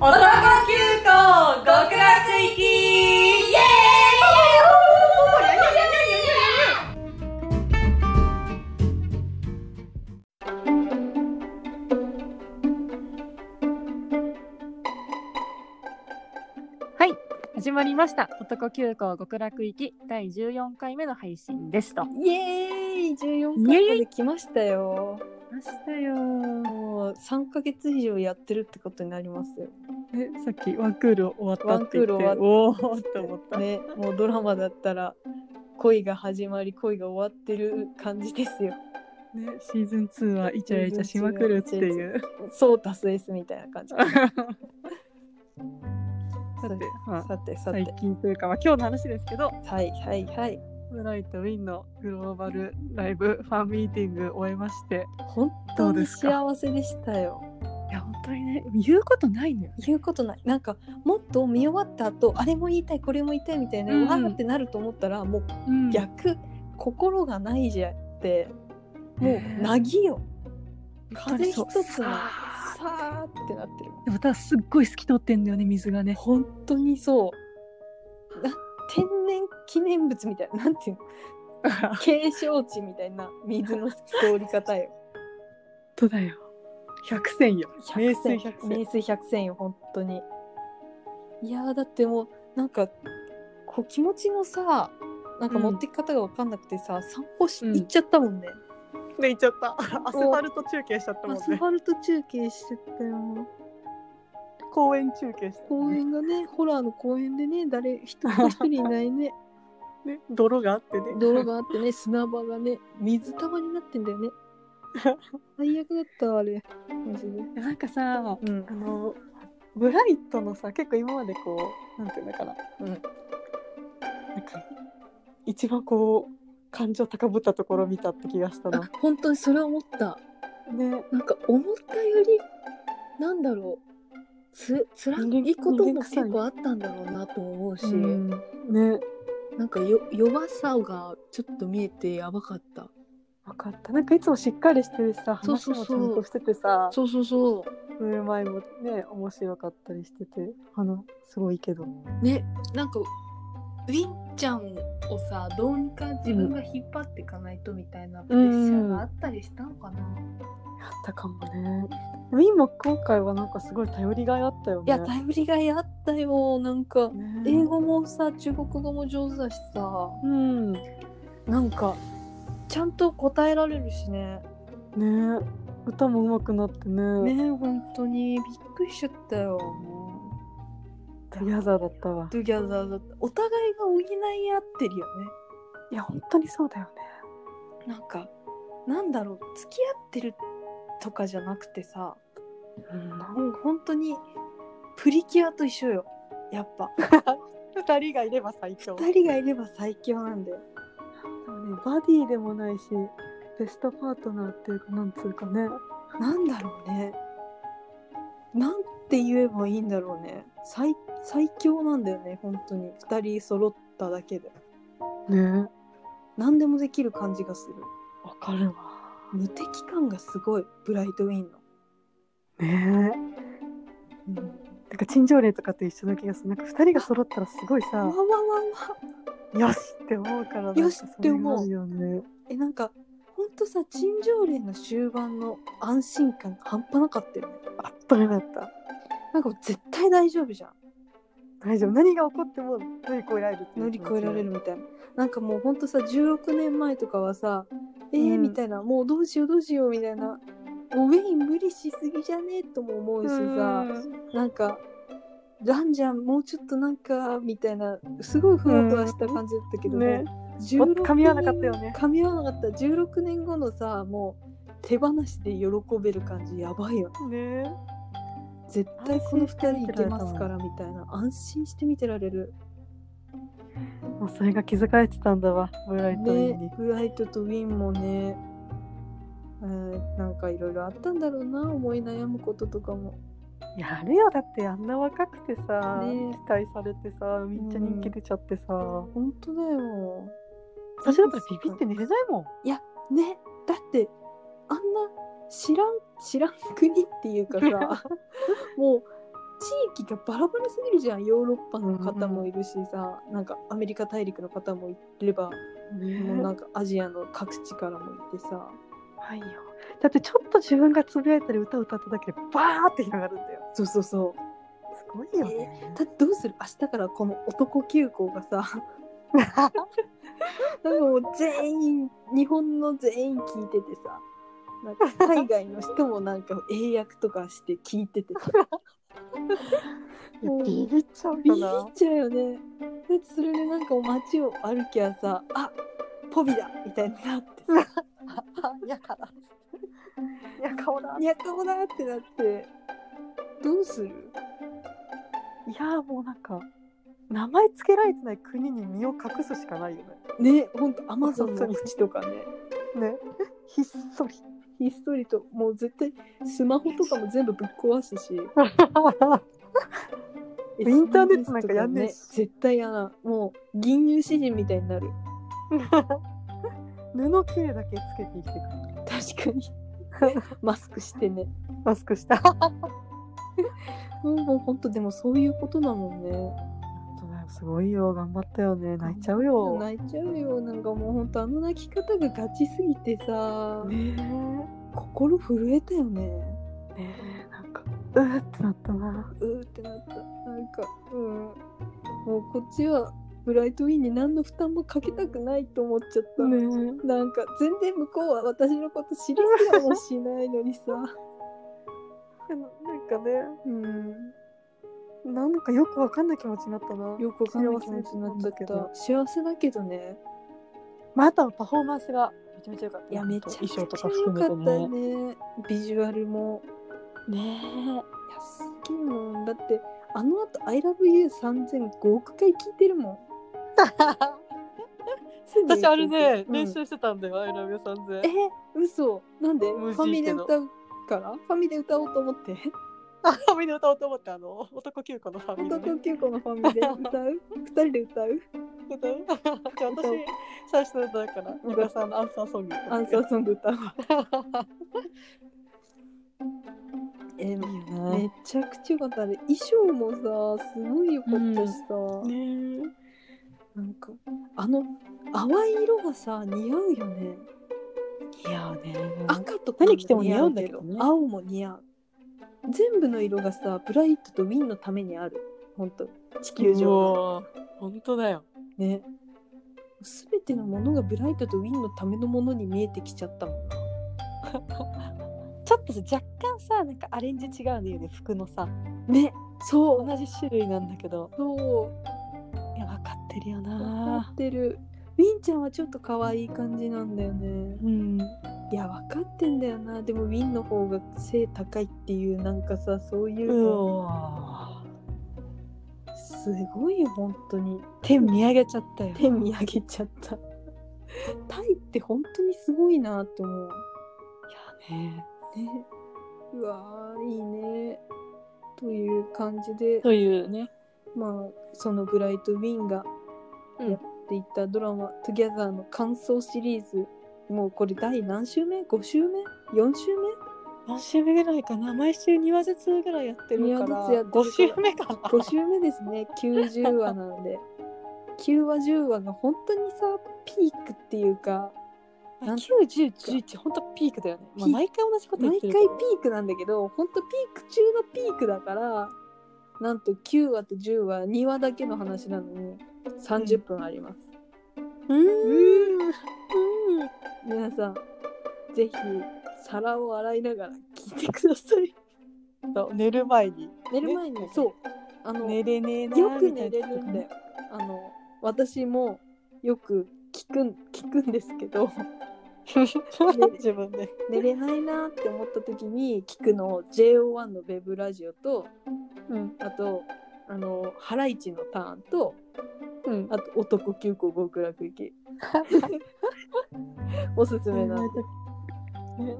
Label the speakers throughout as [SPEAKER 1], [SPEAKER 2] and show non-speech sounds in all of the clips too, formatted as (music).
[SPEAKER 1] 男急行極楽行きイエーイ
[SPEAKER 2] はい始まりました男急行極楽行き第14回目の配信ですと
[SPEAKER 3] イエーイ14回まで来ましたよ
[SPEAKER 2] ましたよ
[SPEAKER 3] もう3ヶ月以上やってるってことになりますよ
[SPEAKER 2] えさっきワンクール終わったって言って
[SPEAKER 3] ワンクール
[SPEAKER 2] おーって思った、
[SPEAKER 3] ねもうドラマだったら恋が始まり恋が終わってる感じですよ
[SPEAKER 2] ねシーズン2はイチャイチャしまくるっていう
[SPEAKER 3] ソータスエスみたいな感じ
[SPEAKER 2] だ (laughs) って、まあ、
[SPEAKER 3] さてさ
[SPEAKER 2] 最
[SPEAKER 3] て
[SPEAKER 2] 近というか、まあ、今日の話ですけど
[SPEAKER 3] はいはいはい
[SPEAKER 2] ブライトウィンのグローバルライブファンミーティング終えまして
[SPEAKER 3] 本
[SPEAKER 2] ど
[SPEAKER 3] 当
[SPEAKER 2] うで
[SPEAKER 3] に
[SPEAKER 2] すか
[SPEAKER 3] 幸せでしたよ
[SPEAKER 2] いや本当にね言うことないのよ
[SPEAKER 3] 言うことないなんかもっと見終わった後あれも言いたいこれも言いたいみたいな、
[SPEAKER 2] うんうん
[SPEAKER 3] わーってなると思ったらもう
[SPEAKER 2] うん
[SPEAKER 3] 逆、心がないじゃんっても
[SPEAKER 2] ね
[SPEAKER 3] うなぎよ
[SPEAKER 2] 本当
[SPEAKER 3] 風
[SPEAKER 2] にそ
[SPEAKER 3] 一
[SPEAKER 2] う
[SPEAKER 3] つのさ
[SPEAKER 2] さ
[SPEAKER 3] ーってなってる
[SPEAKER 2] でもただすっごい透き通ってんだよね水がね
[SPEAKER 3] 本当にそうな天然記念物みたいななんていうの景勝地みたいな水の透き通り方 (laughs) よ
[SPEAKER 2] とだよ百選よ名水
[SPEAKER 3] 100
[SPEAKER 2] 百
[SPEAKER 3] 選名
[SPEAKER 2] 選
[SPEAKER 3] 水百選よ本当にいやーだってもうなんかこう気持ちのさなんか持ってき方が分かんなくてさ、散歩し
[SPEAKER 2] うん
[SPEAKER 3] 行っちゃったもんね、
[SPEAKER 2] で行っちゃったアスファルト中継しちゃったもん
[SPEAKER 3] アスフ
[SPEAKER 2] ね
[SPEAKER 3] ァルト中継してたよ
[SPEAKER 2] 公園中継した
[SPEAKER 3] 公園がねホラーの公園でね誰人も一人いないね
[SPEAKER 2] ね泥があってね (laughs)
[SPEAKER 3] 泥があってね (laughs) 砂場がね水たまになってんだよ (laughs) ね最悪だったわあれマジで
[SPEAKER 2] なんかさ
[SPEAKER 3] うん
[SPEAKER 2] あのブライトのさ結構今までこうなんていうのかな、
[SPEAKER 3] うん
[SPEAKER 2] なんか一番こう感情高ぶったところ見たって気がしたな
[SPEAKER 3] あ本当にそれ思った
[SPEAKER 2] ね
[SPEAKER 3] なんか思ったよりなんだろうつ辛いことも結構あったんだろうなと思うし、
[SPEAKER 2] うんね
[SPEAKER 3] なんかよ弱さがちょっと見えてやばかった
[SPEAKER 2] 分かったなんかいつもしっかりしてるしさ
[SPEAKER 3] そう
[SPEAKER 2] 話
[SPEAKER 3] そう
[SPEAKER 2] もち
[SPEAKER 3] そ
[SPEAKER 2] ゃ
[SPEAKER 3] うん
[SPEAKER 2] としててさ
[SPEAKER 3] そうそうそう
[SPEAKER 2] 振る舞いもね面白かったりしててあのすごいけど
[SPEAKER 3] ねなんかウィンちゃんをさどうにか自分が引っ張っていかないとみたいなプレッシャーがあったりしたのかな、
[SPEAKER 2] あったかもねウィンも今回はなんかすごい頼りがいあったよね
[SPEAKER 3] いや頼りがいあったよなんか
[SPEAKER 2] ね
[SPEAKER 3] 英語もさ中国語も上手だしさ
[SPEAKER 2] うんね
[SPEAKER 3] なんかちゃんと答えられるしね
[SPEAKER 2] 歌も上手くなってね
[SPEAKER 3] ね本当にびっくりしちゃったよも
[SPEAKER 2] トゥギャザーだったわ
[SPEAKER 3] うトゥギャザーだったお互いが補い合ってるよね
[SPEAKER 2] いや本当にそうだよね
[SPEAKER 3] なんかなんだろう付き合ってるとかじゃなくてさ
[SPEAKER 2] うん
[SPEAKER 3] もう本当にプリキュアと一緒よやっぱ
[SPEAKER 2] 二人がいれば最強
[SPEAKER 3] 二人がいれば最強なんだよ
[SPEAKER 2] でもねバディでもないしベストパートナーっていうかなんつうかね
[SPEAKER 3] なんだろうねなんて言えばいいんだろうね最最強なんだよね本当に二人揃っただけで
[SPEAKER 2] ね
[SPEAKER 3] 何でもできる感じがする
[SPEAKER 2] わかるわ
[SPEAKER 3] 無敵感がすごいブライトウィンの、
[SPEAKER 2] ね
[SPEAKER 3] うん、
[SPEAKER 2] なんか陳情令とかと一緒な気がするなんか二人が揃ったらすごい
[SPEAKER 3] わ
[SPEAKER 2] さ
[SPEAKER 3] わわわ
[SPEAKER 2] よしって思うからなんか
[SPEAKER 3] よしって思う
[SPEAKER 2] それがあるよね
[SPEAKER 3] えなんかほんとさ陳情令の終盤の安心感半端なかったよね
[SPEAKER 2] あっという間だった
[SPEAKER 3] なんか絶対大丈夫じゃん
[SPEAKER 2] 大丈夫何が起こっても乗り越えられる
[SPEAKER 3] 乗り越えられるみたいななんかもうほんとさ16年前とかはさえー
[SPEAKER 2] うん
[SPEAKER 3] みたいなもうどうしようどうしようみたいなもうウェイン無理しすぎじゃねえとも思うしさなんかランジャンもうちょっとなんかみたいなすごいふわふわした感じだったけども、
[SPEAKER 2] ね
[SPEAKER 3] 16
[SPEAKER 2] お噛み合わなかったよね
[SPEAKER 3] 噛み合わなかった16年後のさもう手放しで喜べる感じやばいよね
[SPEAKER 2] ね
[SPEAKER 3] 絶対この2人いけますからみたいな安心して見てられる
[SPEAKER 2] もうそれが気づかれてたんだわブライトウィンに、
[SPEAKER 3] ね、ブライトとウィンもね、うん、なんかいろいろあったんだろうな思い悩むこととかも
[SPEAKER 2] やるよだってあんな若くてさ、
[SPEAKER 3] ね
[SPEAKER 2] 期待されてさめっちゃ人気出ちゃってさ、
[SPEAKER 3] 本当だよ
[SPEAKER 2] 私だったらビビって寝れないもん
[SPEAKER 3] ねだって
[SPEAKER 2] (laughs)
[SPEAKER 3] あんな知らん知らん国っていうかさもう地域がバラバラすぎるじゃんヨーロッパの方もいるしさ、なんかアメリカ大陸の方もいれば、もうなんかアジアの各地からもいてさ
[SPEAKER 2] はいよだってちょっと自分がつぶやいたり歌を歌っただけでバーって広がるんだよ
[SPEAKER 3] そうそうそう
[SPEAKER 2] すごいよね、
[SPEAKER 3] だってどうする明日からこの男急行が
[SPEAKER 2] (laughs)
[SPEAKER 3] さなんかもう全員日本の全員聞いててさなんか海外の人もなんか英訳とかして聞いててさ
[SPEAKER 2] いやビビっちゃう
[SPEAKER 3] ビ
[SPEAKER 2] か
[SPEAKER 3] ビっ
[SPEAKER 2] な
[SPEAKER 3] ちゃうよねだってそれでなんか街を歩きゃさあポビだみたいになってさ
[SPEAKER 2] (laughs) いやかいや顔だ
[SPEAKER 3] いやかもだってなってどうする
[SPEAKER 2] いやもうなんか名前つけられてない国に身を隠すしかないよね
[SPEAKER 3] ねほんとアマゾンの基地とかね
[SPEAKER 2] ねひっそり
[SPEAKER 3] ひっそりともう絶対スマホとかも全部ぶっ壊すし
[SPEAKER 2] インターネットなんかやんねえし
[SPEAKER 3] SNS とか絶対やなもう銀融詩人みたいになる
[SPEAKER 2] (laughs) 布切れだけつけて生きてくる
[SPEAKER 3] 確
[SPEAKER 2] (laughs)
[SPEAKER 3] かにマスクしてね
[SPEAKER 2] マスクした
[SPEAKER 3] もうほんとでもそういうことだもんね
[SPEAKER 2] すごいよ頑張ったよね泣いちゃうよ
[SPEAKER 3] 泣いちゃうよなんかもうほんとあの泣き方がガチすぎてさ、
[SPEAKER 2] ね
[SPEAKER 3] 心震えたよね
[SPEAKER 2] えねえなんかうーってなったな
[SPEAKER 3] うーってなったなんかうんもうこっちはブライトウィンに何の負担もかけたくないと思っちゃった、
[SPEAKER 2] ね
[SPEAKER 3] なんか全然向こうは私のこと知りすらもしない
[SPEAKER 2] (laughs)
[SPEAKER 3] のにさ
[SPEAKER 2] えなんかね
[SPEAKER 3] うん
[SPEAKER 2] なんかよくわかんない気持ちになったな
[SPEAKER 3] よくわかんない気持ちになっちゃった幸せだけどね
[SPEAKER 2] まあ、あとはパフォーマンスがめちゃめちゃ良かった
[SPEAKER 3] いやめちゃく
[SPEAKER 2] 衣装
[SPEAKER 3] ちゃ良
[SPEAKER 2] と
[SPEAKER 3] か
[SPEAKER 2] か
[SPEAKER 3] っ
[SPEAKER 2] 含めて
[SPEAKER 3] た
[SPEAKER 2] ね
[SPEAKER 3] ねビジュアルも
[SPEAKER 2] ね
[SPEAKER 3] いやすげえもんだってあのあと「ILOVEYOU3000」5億回聞いて
[SPEAKER 2] (laughs)
[SPEAKER 3] るもん
[SPEAKER 2] 私あれね、
[SPEAKER 3] うん
[SPEAKER 2] 練習してたんだよ「アイラブ u さんぜ
[SPEAKER 3] え嘘なんでフ
[SPEAKER 2] 無事
[SPEAKER 3] ァミで
[SPEAKER 2] けど
[SPEAKER 3] 歌うからファミで歌おうと思って
[SPEAKER 2] あファミリー歌おうと思ってあの男休暇のファミリー
[SPEAKER 3] 男急行のファミで歌う二人で歌う
[SPEAKER 2] 歌う (laughs) じゃあ私最初の歌だから
[SPEAKER 3] ん
[SPEAKER 2] 皆さんのアンサーソング
[SPEAKER 3] アンサーソング歌うわえ
[SPEAKER 2] いいよ
[SPEAKER 3] めちゃくちゃよかったあれ衣装もさすごいよかったしさ、
[SPEAKER 2] ね
[SPEAKER 3] なんかあの淡い色がさ似合うよね
[SPEAKER 2] 似合うね
[SPEAKER 3] 赤とかも
[SPEAKER 2] 何着ても似合うんだけどね
[SPEAKER 3] 青も似合う全部の色がさブライトとウィンのためにあるほんと地球上
[SPEAKER 2] 本当だよ
[SPEAKER 3] ね全てのものがブライトとウィンのためのものに見えてきちゃったもんな
[SPEAKER 2] ちょっとさ若干さなんかアレンジ違うんだよね服のさ
[SPEAKER 3] ねそう
[SPEAKER 2] 同じ種類なんだけど
[SPEAKER 3] そう
[SPEAKER 2] いや分かってるよ
[SPEAKER 3] 分か
[SPEAKER 2] な
[SPEAKER 3] ってるウィンちゃんはちょっと可愛い感じなんだよね
[SPEAKER 2] うん
[SPEAKER 3] いや分かってんだよなでもウィンの方が背高いっていうなんかさそういう
[SPEAKER 2] う
[SPEAKER 3] の
[SPEAKER 2] わ
[SPEAKER 3] すごいよ本当に
[SPEAKER 2] 天見上げちゃったよ
[SPEAKER 3] 手見上げちゃったタイって本当にすごいなと思う
[SPEAKER 2] いやね
[SPEAKER 3] ねうわーいいねという感じで
[SPEAKER 2] というね
[SPEAKER 3] まあそのブライト・ウィンが
[SPEAKER 2] うん
[SPEAKER 3] やっていたドラマ「トゥギャザーの感想シリーズもうこれ第何週目 ?5 週目 ?4 週目
[SPEAKER 2] 何週目ぐらいかな毎週2話ずつぐらいやってるか
[SPEAKER 3] 二話
[SPEAKER 2] ら
[SPEAKER 3] ずつやってるから
[SPEAKER 2] 5週目かな
[SPEAKER 3] ?5 週目ですね90話なので9話10話が本当にさピークっていうかなん
[SPEAKER 2] 91011ほんとピークだよね、まあ、
[SPEAKER 3] ピー
[SPEAKER 2] 毎回同じこと言っ
[SPEAKER 3] 毎
[SPEAKER 2] て
[SPEAKER 3] 回
[SPEAKER 2] る
[SPEAKER 3] ピ
[SPEAKER 2] けど
[SPEAKER 3] ークなんだけど本当ピーク中のピークだからなんと9話と10話2話だけの話なのに30分あります、
[SPEAKER 2] うーん
[SPEAKER 3] 皆さんぜひ皿を洗いながら聞いてください
[SPEAKER 2] そう寝る前に
[SPEAKER 3] 寝る前に、
[SPEAKER 2] ね
[SPEAKER 3] そうあの、
[SPEAKER 2] 寝れねえな
[SPEAKER 3] よく
[SPEAKER 2] みた
[SPEAKER 3] 寝
[SPEAKER 2] い
[SPEAKER 3] れ
[SPEAKER 2] な時
[SPEAKER 3] るんだよあの私もよく聞くん聞くんですけど
[SPEAKER 2] (laughs) 自分で
[SPEAKER 3] 寝れないなって思った時に聞くのを JO1 のウェブラジオと
[SPEAKER 2] うん
[SPEAKER 3] あとあのハライチのターンと
[SPEAKER 2] うん
[SPEAKER 3] あと男急行極楽
[SPEAKER 2] (laughs)
[SPEAKER 3] 行きおすすめなんで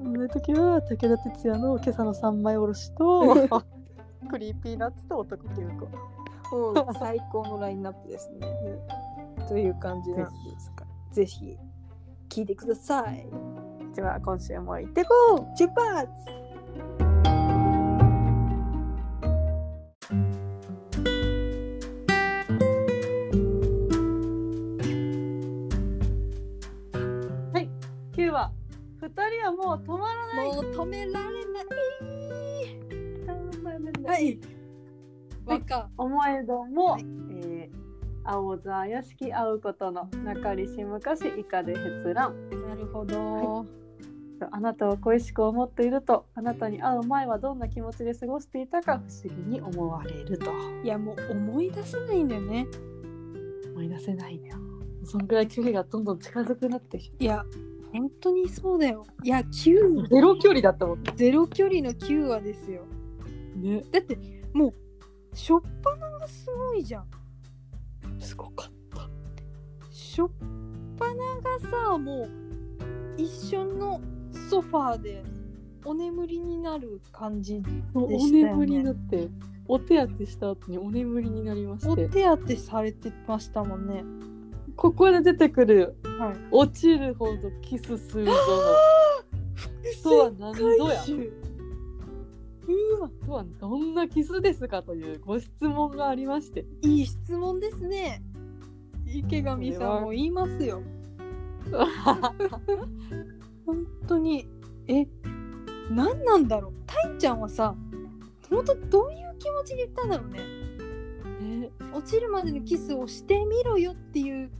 [SPEAKER 2] 寝る時は武田鉄矢の今朝の三枚おろしと (laughs) クリーピーナッツと男九個
[SPEAKER 3] もう最高のラインナップですね。という感じなんですか。ぜひ聞いてください。
[SPEAKER 2] では今週も行ってこう
[SPEAKER 3] 出発
[SPEAKER 2] 二人はもう止まらない
[SPEAKER 4] もう止められない。
[SPEAKER 2] 止まらない
[SPEAKER 3] はい。
[SPEAKER 4] 若。
[SPEAKER 2] 思えども、えー、青座屋敷会うことの中里し昔以下で閲覧
[SPEAKER 4] なるほど。
[SPEAKER 2] あなたを恋しく思っているとあなたに会う前はどんな気持ちで過ごしていたか不思議に思われると
[SPEAKER 3] いや、もう思い出せないんだよね。
[SPEAKER 2] 思い出せないねそんぐらい距離がどんどん近づくなってきて
[SPEAKER 3] いや、本当にそうだよ。いや、9、
[SPEAKER 2] ゼロ距離だったもん
[SPEAKER 3] ゼロ距離の9話ですよ。
[SPEAKER 2] ね
[SPEAKER 3] だって、もう、初っ端がすごいじゃん。
[SPEAKER 2] すごかった
[SPEAKER 3] 初っ端がさ、もう、一緒のソファーで、お眠りになる感じ
[SPEAKER 2] お
[SPEAKER 3] でしたよね
[SPEAKER 2] 眠りになってお手当てした後にお眠りになりまし
[SPEAKER 3] お
[SPEAKER 2] て
[SPEAKER 3] 手当てされてましたもんね。
[SPEAKER 2] ここで出てくる、
[SPEAKER 3] はい
[SPEAKER 2] 落ちるほどキスするぞとは何ぞや
[SPEAKER 3] うわ、
[SPEAKER 2] とはどんなキスですかというご質問がありま (laughs) して
[SPEAKER 3] いい質問ですね。池上さんも言いますよ。本当に、え、何なんだろう。たいちゃんはさ、本当どういう気持ちで言ったんだろうね。
[SPEAKER 2] ね
[SPEAKER 3] 落ちるまでのキスをしてみろよっていう。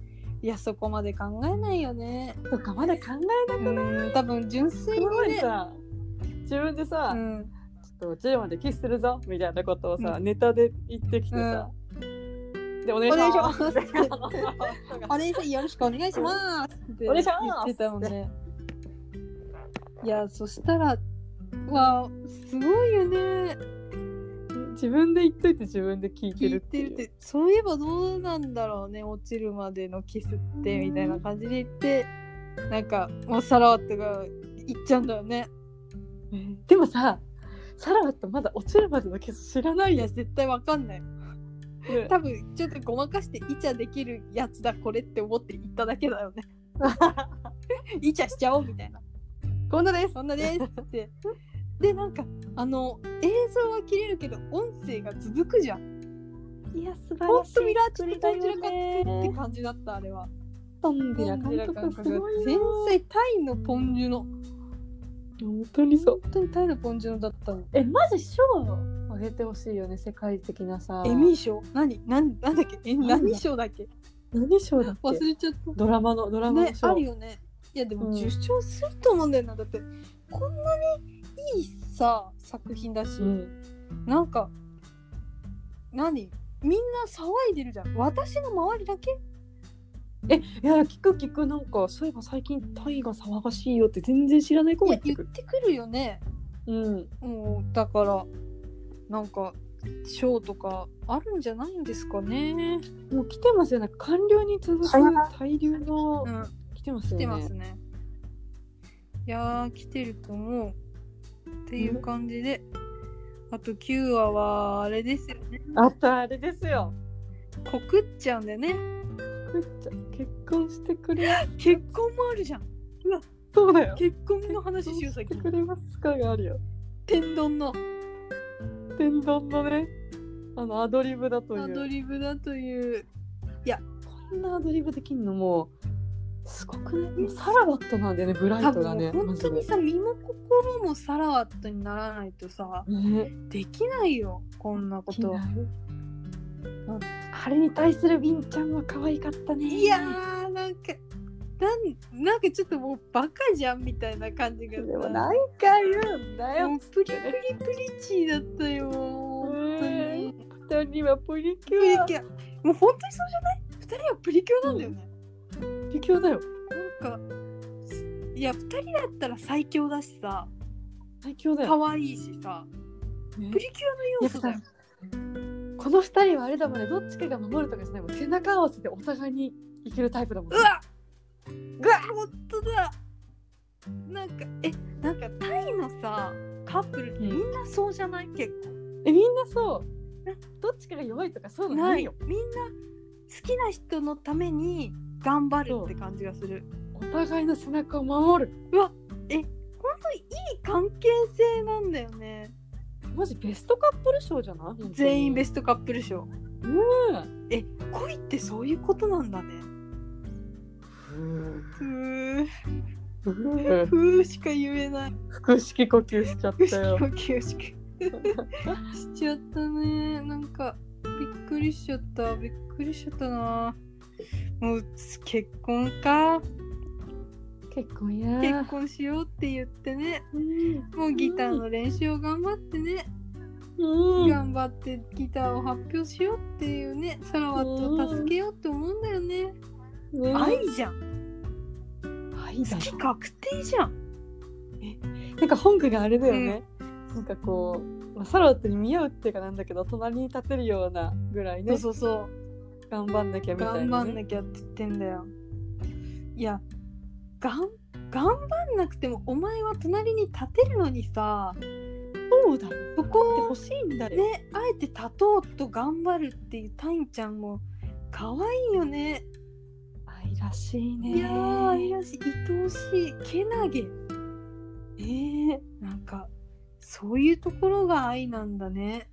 [SPEAKER 3] いや、そこまで考えないよね。
[SPEAKER 2] とかまだ考えなく
[SPEAKER 3] うん、多分純粋に
[SPEAKER 2] この前
[SPEAKER 3] ね。
[SPEAKER 2] さ自分でさ、
[SPEAKER 3] うん、
[SPEAKER 2] ちょっと落ちるまでキスするぞみたいなことをさ、ネタで言ってきてさ、でお願い
[SPEAKER 3] お
[SPEAKER 2] し
[SPEAKER 3] 願いし
[SPEAKER 2] ま
[SPEAKER 3] ますす。
[SPEAKER 2] (laughs)
[SPEAKER 3] あれさんよろしくお願いしますって
[SPEAKER 2] お
[SPEAKER 3] 言
[SPEAKER 2] 願い
[SPEAKER 3] っ
[SPEAKER 2] します
[SPEAKER 3] てたもんね。いやそしたらわあすごいよね
[SPEAKER 2] 自分で言っといて自分で聞いて
[SPEAKER 3] 聞
[SPEAKER 2] る
[SPEAKER 3] い
[SPEAKER 2] って
[SPEAKER 3] て
[SPEAKER 2] い
[SPEAKER 3] る
[SPEAKER 2] う
[SPEAKER 3] ってそういえばどうなんだろうね落ちるまでのキスってみたいな感じで言ってなんかもうさらわってが言っちゃうんだよね
[SPEAKER 2] ねでもさサラはってまだ落ちるまでのキス知らない
[SPEAKER 3] い
[SPEAKER 2] や
[SPEAKER 3] や
[SPEAKER 2] つ、
[SPEAKER 3] 絶対わかんない
[SPEAKER 2] ね
[SPEAKER 3] (laughs) 多分ちょっとごまかしてイチャできるやつだこれって思って言っただけだよね (laughs) イチャしちゃおうみたいな
[SPEAKER 2] こんなです
[SPEAKER 3] そんなですって。で、なんか、あの、映像は切れるけど、音声が続くじゃん。
[SPEAKER 2] いや素
[SPEAKER 3] ほ
[SPEAKER 2] 晴
[SPEAKER 3] んとミラーチック
[SPEAKER 2] ト
[SPEAKER 3] ト
[SPEAKER 2] ン
[SPEAKER 3] ン
[SPEAKER 2] ジ
[SPEAKER 3] ジ
[SPEAKER 2] ラ
[SPEAKER 3] ラ
[SPEAKER 2] 監
[SPEAKER 3] 監
[SPEAKER 2] 督っ
[SPEAKER 3] 督ってて感じだった、あれは。
[SPEAKER 2] トンジラ
[SPEAKER 3] トンジラ
[SPEAKER 2] 監
[SPEAKER 3] 監
[SPEAKER 2] 督す
[SPEAKER 3] 督
[SPEAKER 2] ごい
[SPEAKER 3] 天
[SPEAKER 2] よ
[SPEAKER 3] 才タイのポンジュの。
[SPEAKER 2] 本当にそう
[SPEAKER 3] 本当にタイのポンジュのだったの。
[SPEAKER 2] えマジ賞をあげてほしいよね世界的なさ
[SPEAKER 3] エミー賞何何なんだっけえ、
[SPEAKER 2] なんだ
[SPEAKER 3] 何賞だっけ
[SPEAKER 2] 何賞だっ
[SPEAKER 3] 忘
[SPEAKER 2] け
[SPEAKER 3] れちゃった。
[SPEAKER 2] ドラマのドラマ
[SPEAKER 3] ね
[SPEAKER 2] の、賞、
[SPEAKER 3] あるよね。いや、で
[SPEAKER 2] うん
[SPEAKER 3] も受賞すると思うんだよな。だって、こんなにいいさ、作品だし。
[SPEAKER 2] うん
[SPEAKER 3] なんか何みんな騒いでるじゃん私の周りだけ
[SPEAKER 2] えいや聞く聞くなんかそういえば最近タイが騒がしいよって全然知らない子
[SPEAKER 3] い
[SPEAKER 2] も
[SPEAKER 3] や
[SPEAKER 2] 言って
[SPEAKER 3] 言っ
[SPEAKER 2] くる
[SPEAKER 3] てくるよね
[SPEAKER 2] うん
[SPEAKER 3] もうだからなんか賞とかあるんじゃないんですかね
[SPEAKER 2] もう来てますよね官僚に続く大量の
[SPEAKER 3] うん
[SPEAKER 2] 来てます
[SPEAKER 3] 来
[SPEAKER 2] よ
[SPEAKER 3] て
[SPEAKER 2] ね
[SPEAKER 3] ますねいやー来てると思うっていう感じで、あと9話はあれですよね
[SPEAKER 2] あったあれですよ
[SPEAKER 3] 告っちゃうんだよね
[SPEAKER 2] くっちゃん結婚してくれ
[SPEAKER 3] 結婚もあるじゃん
[SPEAKER 2] そう (laughs) だよ
[SPEAKER 3] 結婚の話
[SPEAKER 2] 結
[SPEAKER 3] し
[SPEAKER 2] 婚
[SPEAKER 3] よう
[SPEAKER 2] し
[SPEAKER 3] 先
[SPEAKER 2] てくれますかがあるよ
[SPEAKER 3] 天丼の
[SPEAKER 2] 天丼のねあのアドリブだという
[SPEAKER 3] アドリブだという
[SPEAKER 2] こんなアドリブできんのもうすごくないもうサラバットなんだよねブラ
[SPEAKER 3] 多
[SPEAKER 2] イトが
[SPEAKER 3] 分も
[SPEAKER 2] ね
[SPEAKER 3] う本当にさ身も心もサラワットにならないとさ
[SPEAKER 2] マジでね
[SPEAKER 3] できないよこんなこ
[SPEAKER 2] 気に
[SPEAKER 3] と
[SPEAKER 2] なるあれに対するビンちゃんは可愛かったね
[SPEAKER 3] いやーなんかなんなんかちょっともうバカじゃんみたいな感じが
[SPEAKER 2] で
[SPEAKER 3] さ
[SPEAKER 2] も何回言うんだよ
[SPEAKER 3] もうプリプリプリチーだったよもう本当に
[SPEAKER 2] 二人はプリキ
[SPEAKER 3] プリ
[SPEAKER 2] ュア
[SPEAKER 3] キュアもう本当にそうじゃない二人はプリキュアなんだよね、
[SPEAKER 2] プリキュアだよ
[SPEAKER 3] なんかいや二人だったら最強だしさ
[SPEAKER 2] 最強だよ
[SPEAKER 3] 可愛いしさ
[SPEAKER 2] ね
[SPEAKER 3] プリキュアの要素だよ
[SPEAKER 2] この二人はあれだもんねどっちかが守るとかじゃないもん背中合わせてお互いにいけるタイプだもんね
[SPEAKER 3] うわうわ本当だなんかえなんかタイのさカップルってみんなそうじゃない結
[SPEAKER 2] えみんなそうどっちかが弱いとかそうい
[SPEAKER 3] 構
[SPEAKER 2] うの
[SPEAKER 3] な
[SPEAKER 2] ないい
[SPEAKER 3] よ
[SPEAKER 2] よ
[SPEAKER 3] みんな好きな人のために頑張るって感じがする
[SPEAKER 2] お互いの背中を守る
[SPEAKER 3] 本当にいい関係性なんだよね
[SPEAKER 2] マジベストカップル賞じゃない
[SPEAKER 3] 全員ベ
[SPEAKER 2] ス
[SPEAKER 3] ストカップル賞
[SPEAKER 2] トうん
[SPEAKER 3] え恋ってそういうことなんだね
[SPEAKER 2] うん
[SPEAKER 3] ふー
[SPEAKER 2] うん (laughs)
[SPEAKER 3] ふうしか言えない。
[SPEAKER 2] 腹式呼吸しちゃっ
[SPEAKER 3] ふう
[SPEAKER 2] た
[SPEAKER 3] しか
[SPEAKER 2] よ
[SPEAKER 3] 呼。吸しか。しちゃったね。なんか、びっくりしちゃった。びっくりしちゃったな。もう、結婚か。
[SPEAKER 4] 結婚や
[SPEAKER 3] 結婚しようって言ってね。
[SPEAKER 2] うん
[SPEAKER 3] もうギターの練習を頑張ってね。
[SPEAKER 2] うん
[SPEAKER 3] 頑張ってギターを発表しようっていうね。サラワットを助けようって思うんだよね。
[SPEAKER 2] ね
[SPEAKER 3] 愛じゃん。
[SPEAKER 2] 愛だ
[SPEAKER 3] 好
[SPEAKER 2] よ
[SPEAKER 3] き確定じゃん。
[SPEAKER 2] なんか本家があれだよね、なんかこう、まあ、サラワットに見合うっていうかなんだけど隣に立てるようなぐらい
[SPEAKER 3] そ
[SPEAKER 2] ね
[SPEAKER 3] うそうそう。
[SPEAKER 2] 頑張んなきゃみたい
[SPEAKER 3] 頑
[SPEAKER 2] な
[SPEAKER 3] 張
[SPEAKER 2] ね、
[SPEAKER 3] んなきゃって言ってんだよ。いや、がん、頑張んなくても、お前は隣に立てるのにさ、
[SPEAKER 2] そうだよ
[SPEAKER 3] そ
[SPEAKER 2] って
[SPEAKER 3] こを
[SPEAKER 2] 欲しいんだよ、
[SPEAKER 3] ね、あえて立とうと頑張るっていうタインちゃんも、可愛いよね。
[SPEAKER 2] 愛らしいね
[SPEAKER 3] いやー、愛らしい、愛おしい、けなげ。ええなんか、そういうところが愛なんだね。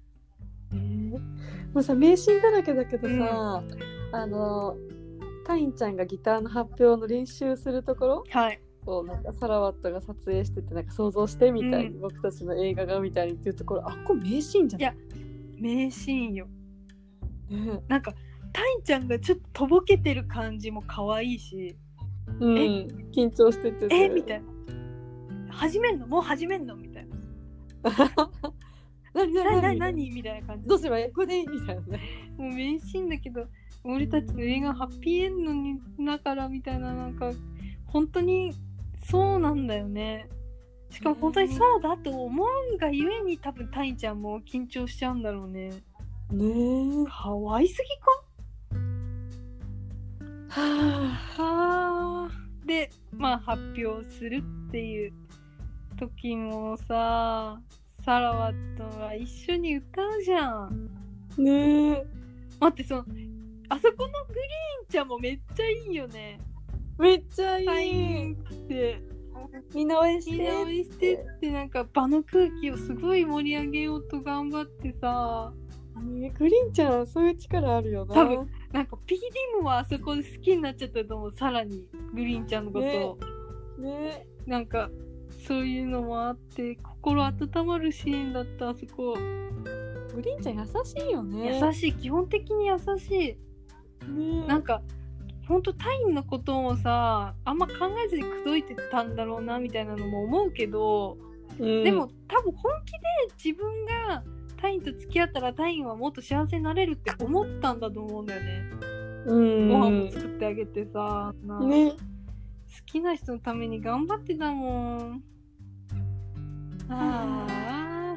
[SPEAKER 2] ねもうさ名シーンだらけだけどさ、あのタインちゃんがギターの発表の練習するところ
[SPEAKER 3] はい。
[SPEAKER 2] をなんかサラワットが撮影しててなんか想像してみたいに、僕たちの映画がみたいにっていうところあっこ名シーンじゃん
[SPEAKER 3] いや名シーンよ。
[SPEAKER 2] ね
[SPEAKER 3] なんか、タインちゃんがちょっととぼけてる感じも可愛いし。
[SPEAKER 2] うん、
[SPEAKER 3] え
[SPEAKER 2] 緊張してて
[SPEAKER 3] えみた
[SPEAKER 2] い
[SPEAKER 3] いな。始めんのもう始めんのみたいな。
[SPEAKER 2] な (laughs) 何
[SPEAKER 3] 何
[SPEAKER 2] 何何
[SPEAKER 3] 何何みたいな感じ。
[SPEAKER 2] どうすればいいこれでいいみたいなね
[SPEAKER 3] もう名シーンだけど、俺たちの映画ハッピーエンドにだからみたいな、なんか、本当にそうなんだよね。しかも本当にそうだと思うがゆえに多分タイちゃんも緊張しちゃうんだろうね。
[SPEAKER 2] ねえ
[SPEAKER 3] かわいすぎか
[SPEAKER 2] はあ
[SPEAKER 3] はあでまあ発表するっていう時もさサラワットが一緒に歌うじゃん
[SPEAKER 2] ねえ
[SPEAKER 3] 待ってそのあそこのグリーンちゃんもめっちゃいいよね
[SPEAKER 2] めっちゃいい、
[SPEAKER 3] サインって
[SPEAKER 2] みんな応援し
[SPEAKER 3] みん
[SPEAKER 2] て
[SPEAKER 3] な応援してってなんか場の空気をすごい盛り上げようと頑張ってさ
[SPEAKER 2] ねグリーンちゃんそういう力あるよな
[SPEAKER 3] 多分なんか p d ムはあそこで好きになっちゃったと思うさらにグリーンちゃんのことを。
[SPEAKER 2] ねね
[SPEAKER 3] なんかそういうのもあって心温まるシーンだったあそこ、
[SPEAKER 2] グリーンちゃん優しいよね
[SPEAKER 3] 優しい基本的に優しい
[SPEAKER 2] ね
[SPEAKER 3] なんかほんとタインのこともさあんま考えずに口説いてたんだろうなみたいなのも思うけど、
[SPEAKER 2] うん
[SPEAKER 3] でも多分本気で自分がタインと付き合ったらタインはもっと幸せになれるって思ったんだと思うんだよね、
[SPEAKER 2] うん
[SPEAKER 3] ご飯も作ってあげてさ、な
[SPEAKER 2] ね
[SPEAKER 3] 好きな人のために頑張ってたもん。ああ。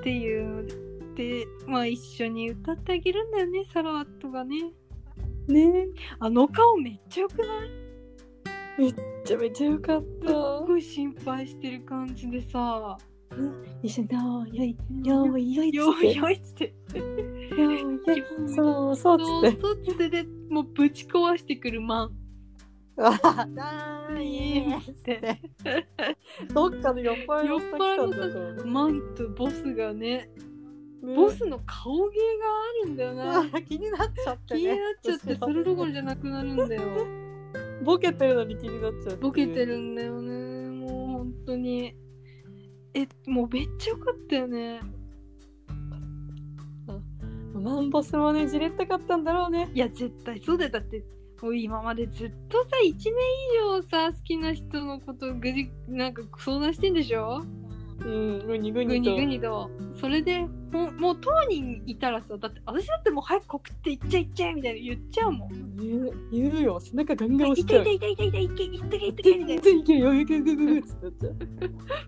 [SPEAKER 3] っていう。で、まあ一緒に歌ってあげるんだよね、サラワットがね。
[SPEAKER 2] ね
[SPEAKER 3] あの顔めっちゃよくない
[SPEAKER 2] めちゃめちゃよかった
[SPEAKER 3] すっごい心配してる感じでさ。
[SPEAKER 2] 一緒にどうよいよいよい
[SPEAKER 3] よ
[SPEAKER 2] つ
[SPEAKER 3] い
[SPEAKER 2] っ
[SPEAKER 3] よいっつって。
[SPEAKER 2] てよいよいそうそう
[SPEAKER 3] そ
[SPEAKER 2] っつ
[SPEAKER 3] う
[SPEAKER 2] って
[SPEAKER 3] そうっつってで、もうぶち壊してくるマン。
[SPEAKER 2] あはは
[SPEAKER 3] イエーイっつって。
[SPEAKER 2] どっかの酔っ払いの人来たんだと思う
[SPEAKER 3] マンとボスがね、
[SPEAKER 2] ね
[SPEAKER 3] ボスの顔芸があるんだよな。
[SPEAKER 2] あ (laughs) 気になっちゃって
[SPEAKER 3] 気になっちゃってそれどこ
[SPEAKER 2] ろ
[SPEAKER 3] ろじゃなくなるんだよ
[SPEAKER 2] ボケてるのに気になっちゃう
[SPEAKER 3] ボケてるんだよねもう本当にえもうめっちゃよかったよね
[SPEAKER 2] マンボスもねじれったかったんだろうね
[SPEAKER 3] いや絶対そうだよだってもう今までずっとさ1年以上さ好きな人のことぐじなんか相談してんでしょ
[SPEAKER 2] うんグニグ
[SPEAKER 3] ぐ
[SPEAKER 2] ニ
[SPEAKER 3] に
[SPEAKER 2] と
[SPEAKER 3] ぐにとそれでもうもう当人いたらさだって私だってもう早く告って行っちゃいっちゃいみたいな言っちゃうもん
[SPEAKER 2] 言う言うよ背中ガンガン
[SPEAKER 3] い
[SPEAKER 2] 押
[SPEAKER 3] け
[SPEAKER 2] し
[SPEAKER 3] い
[SPEAKER 2] ちゃう
[SPEAKER 3] けいけいけいけいけいけいけいけみた
[SPEAKER 2] 全
[SPEAKER 3] いな
[SPEAKER 2] 然いけるよいけるよいけるよっつってやっちゃ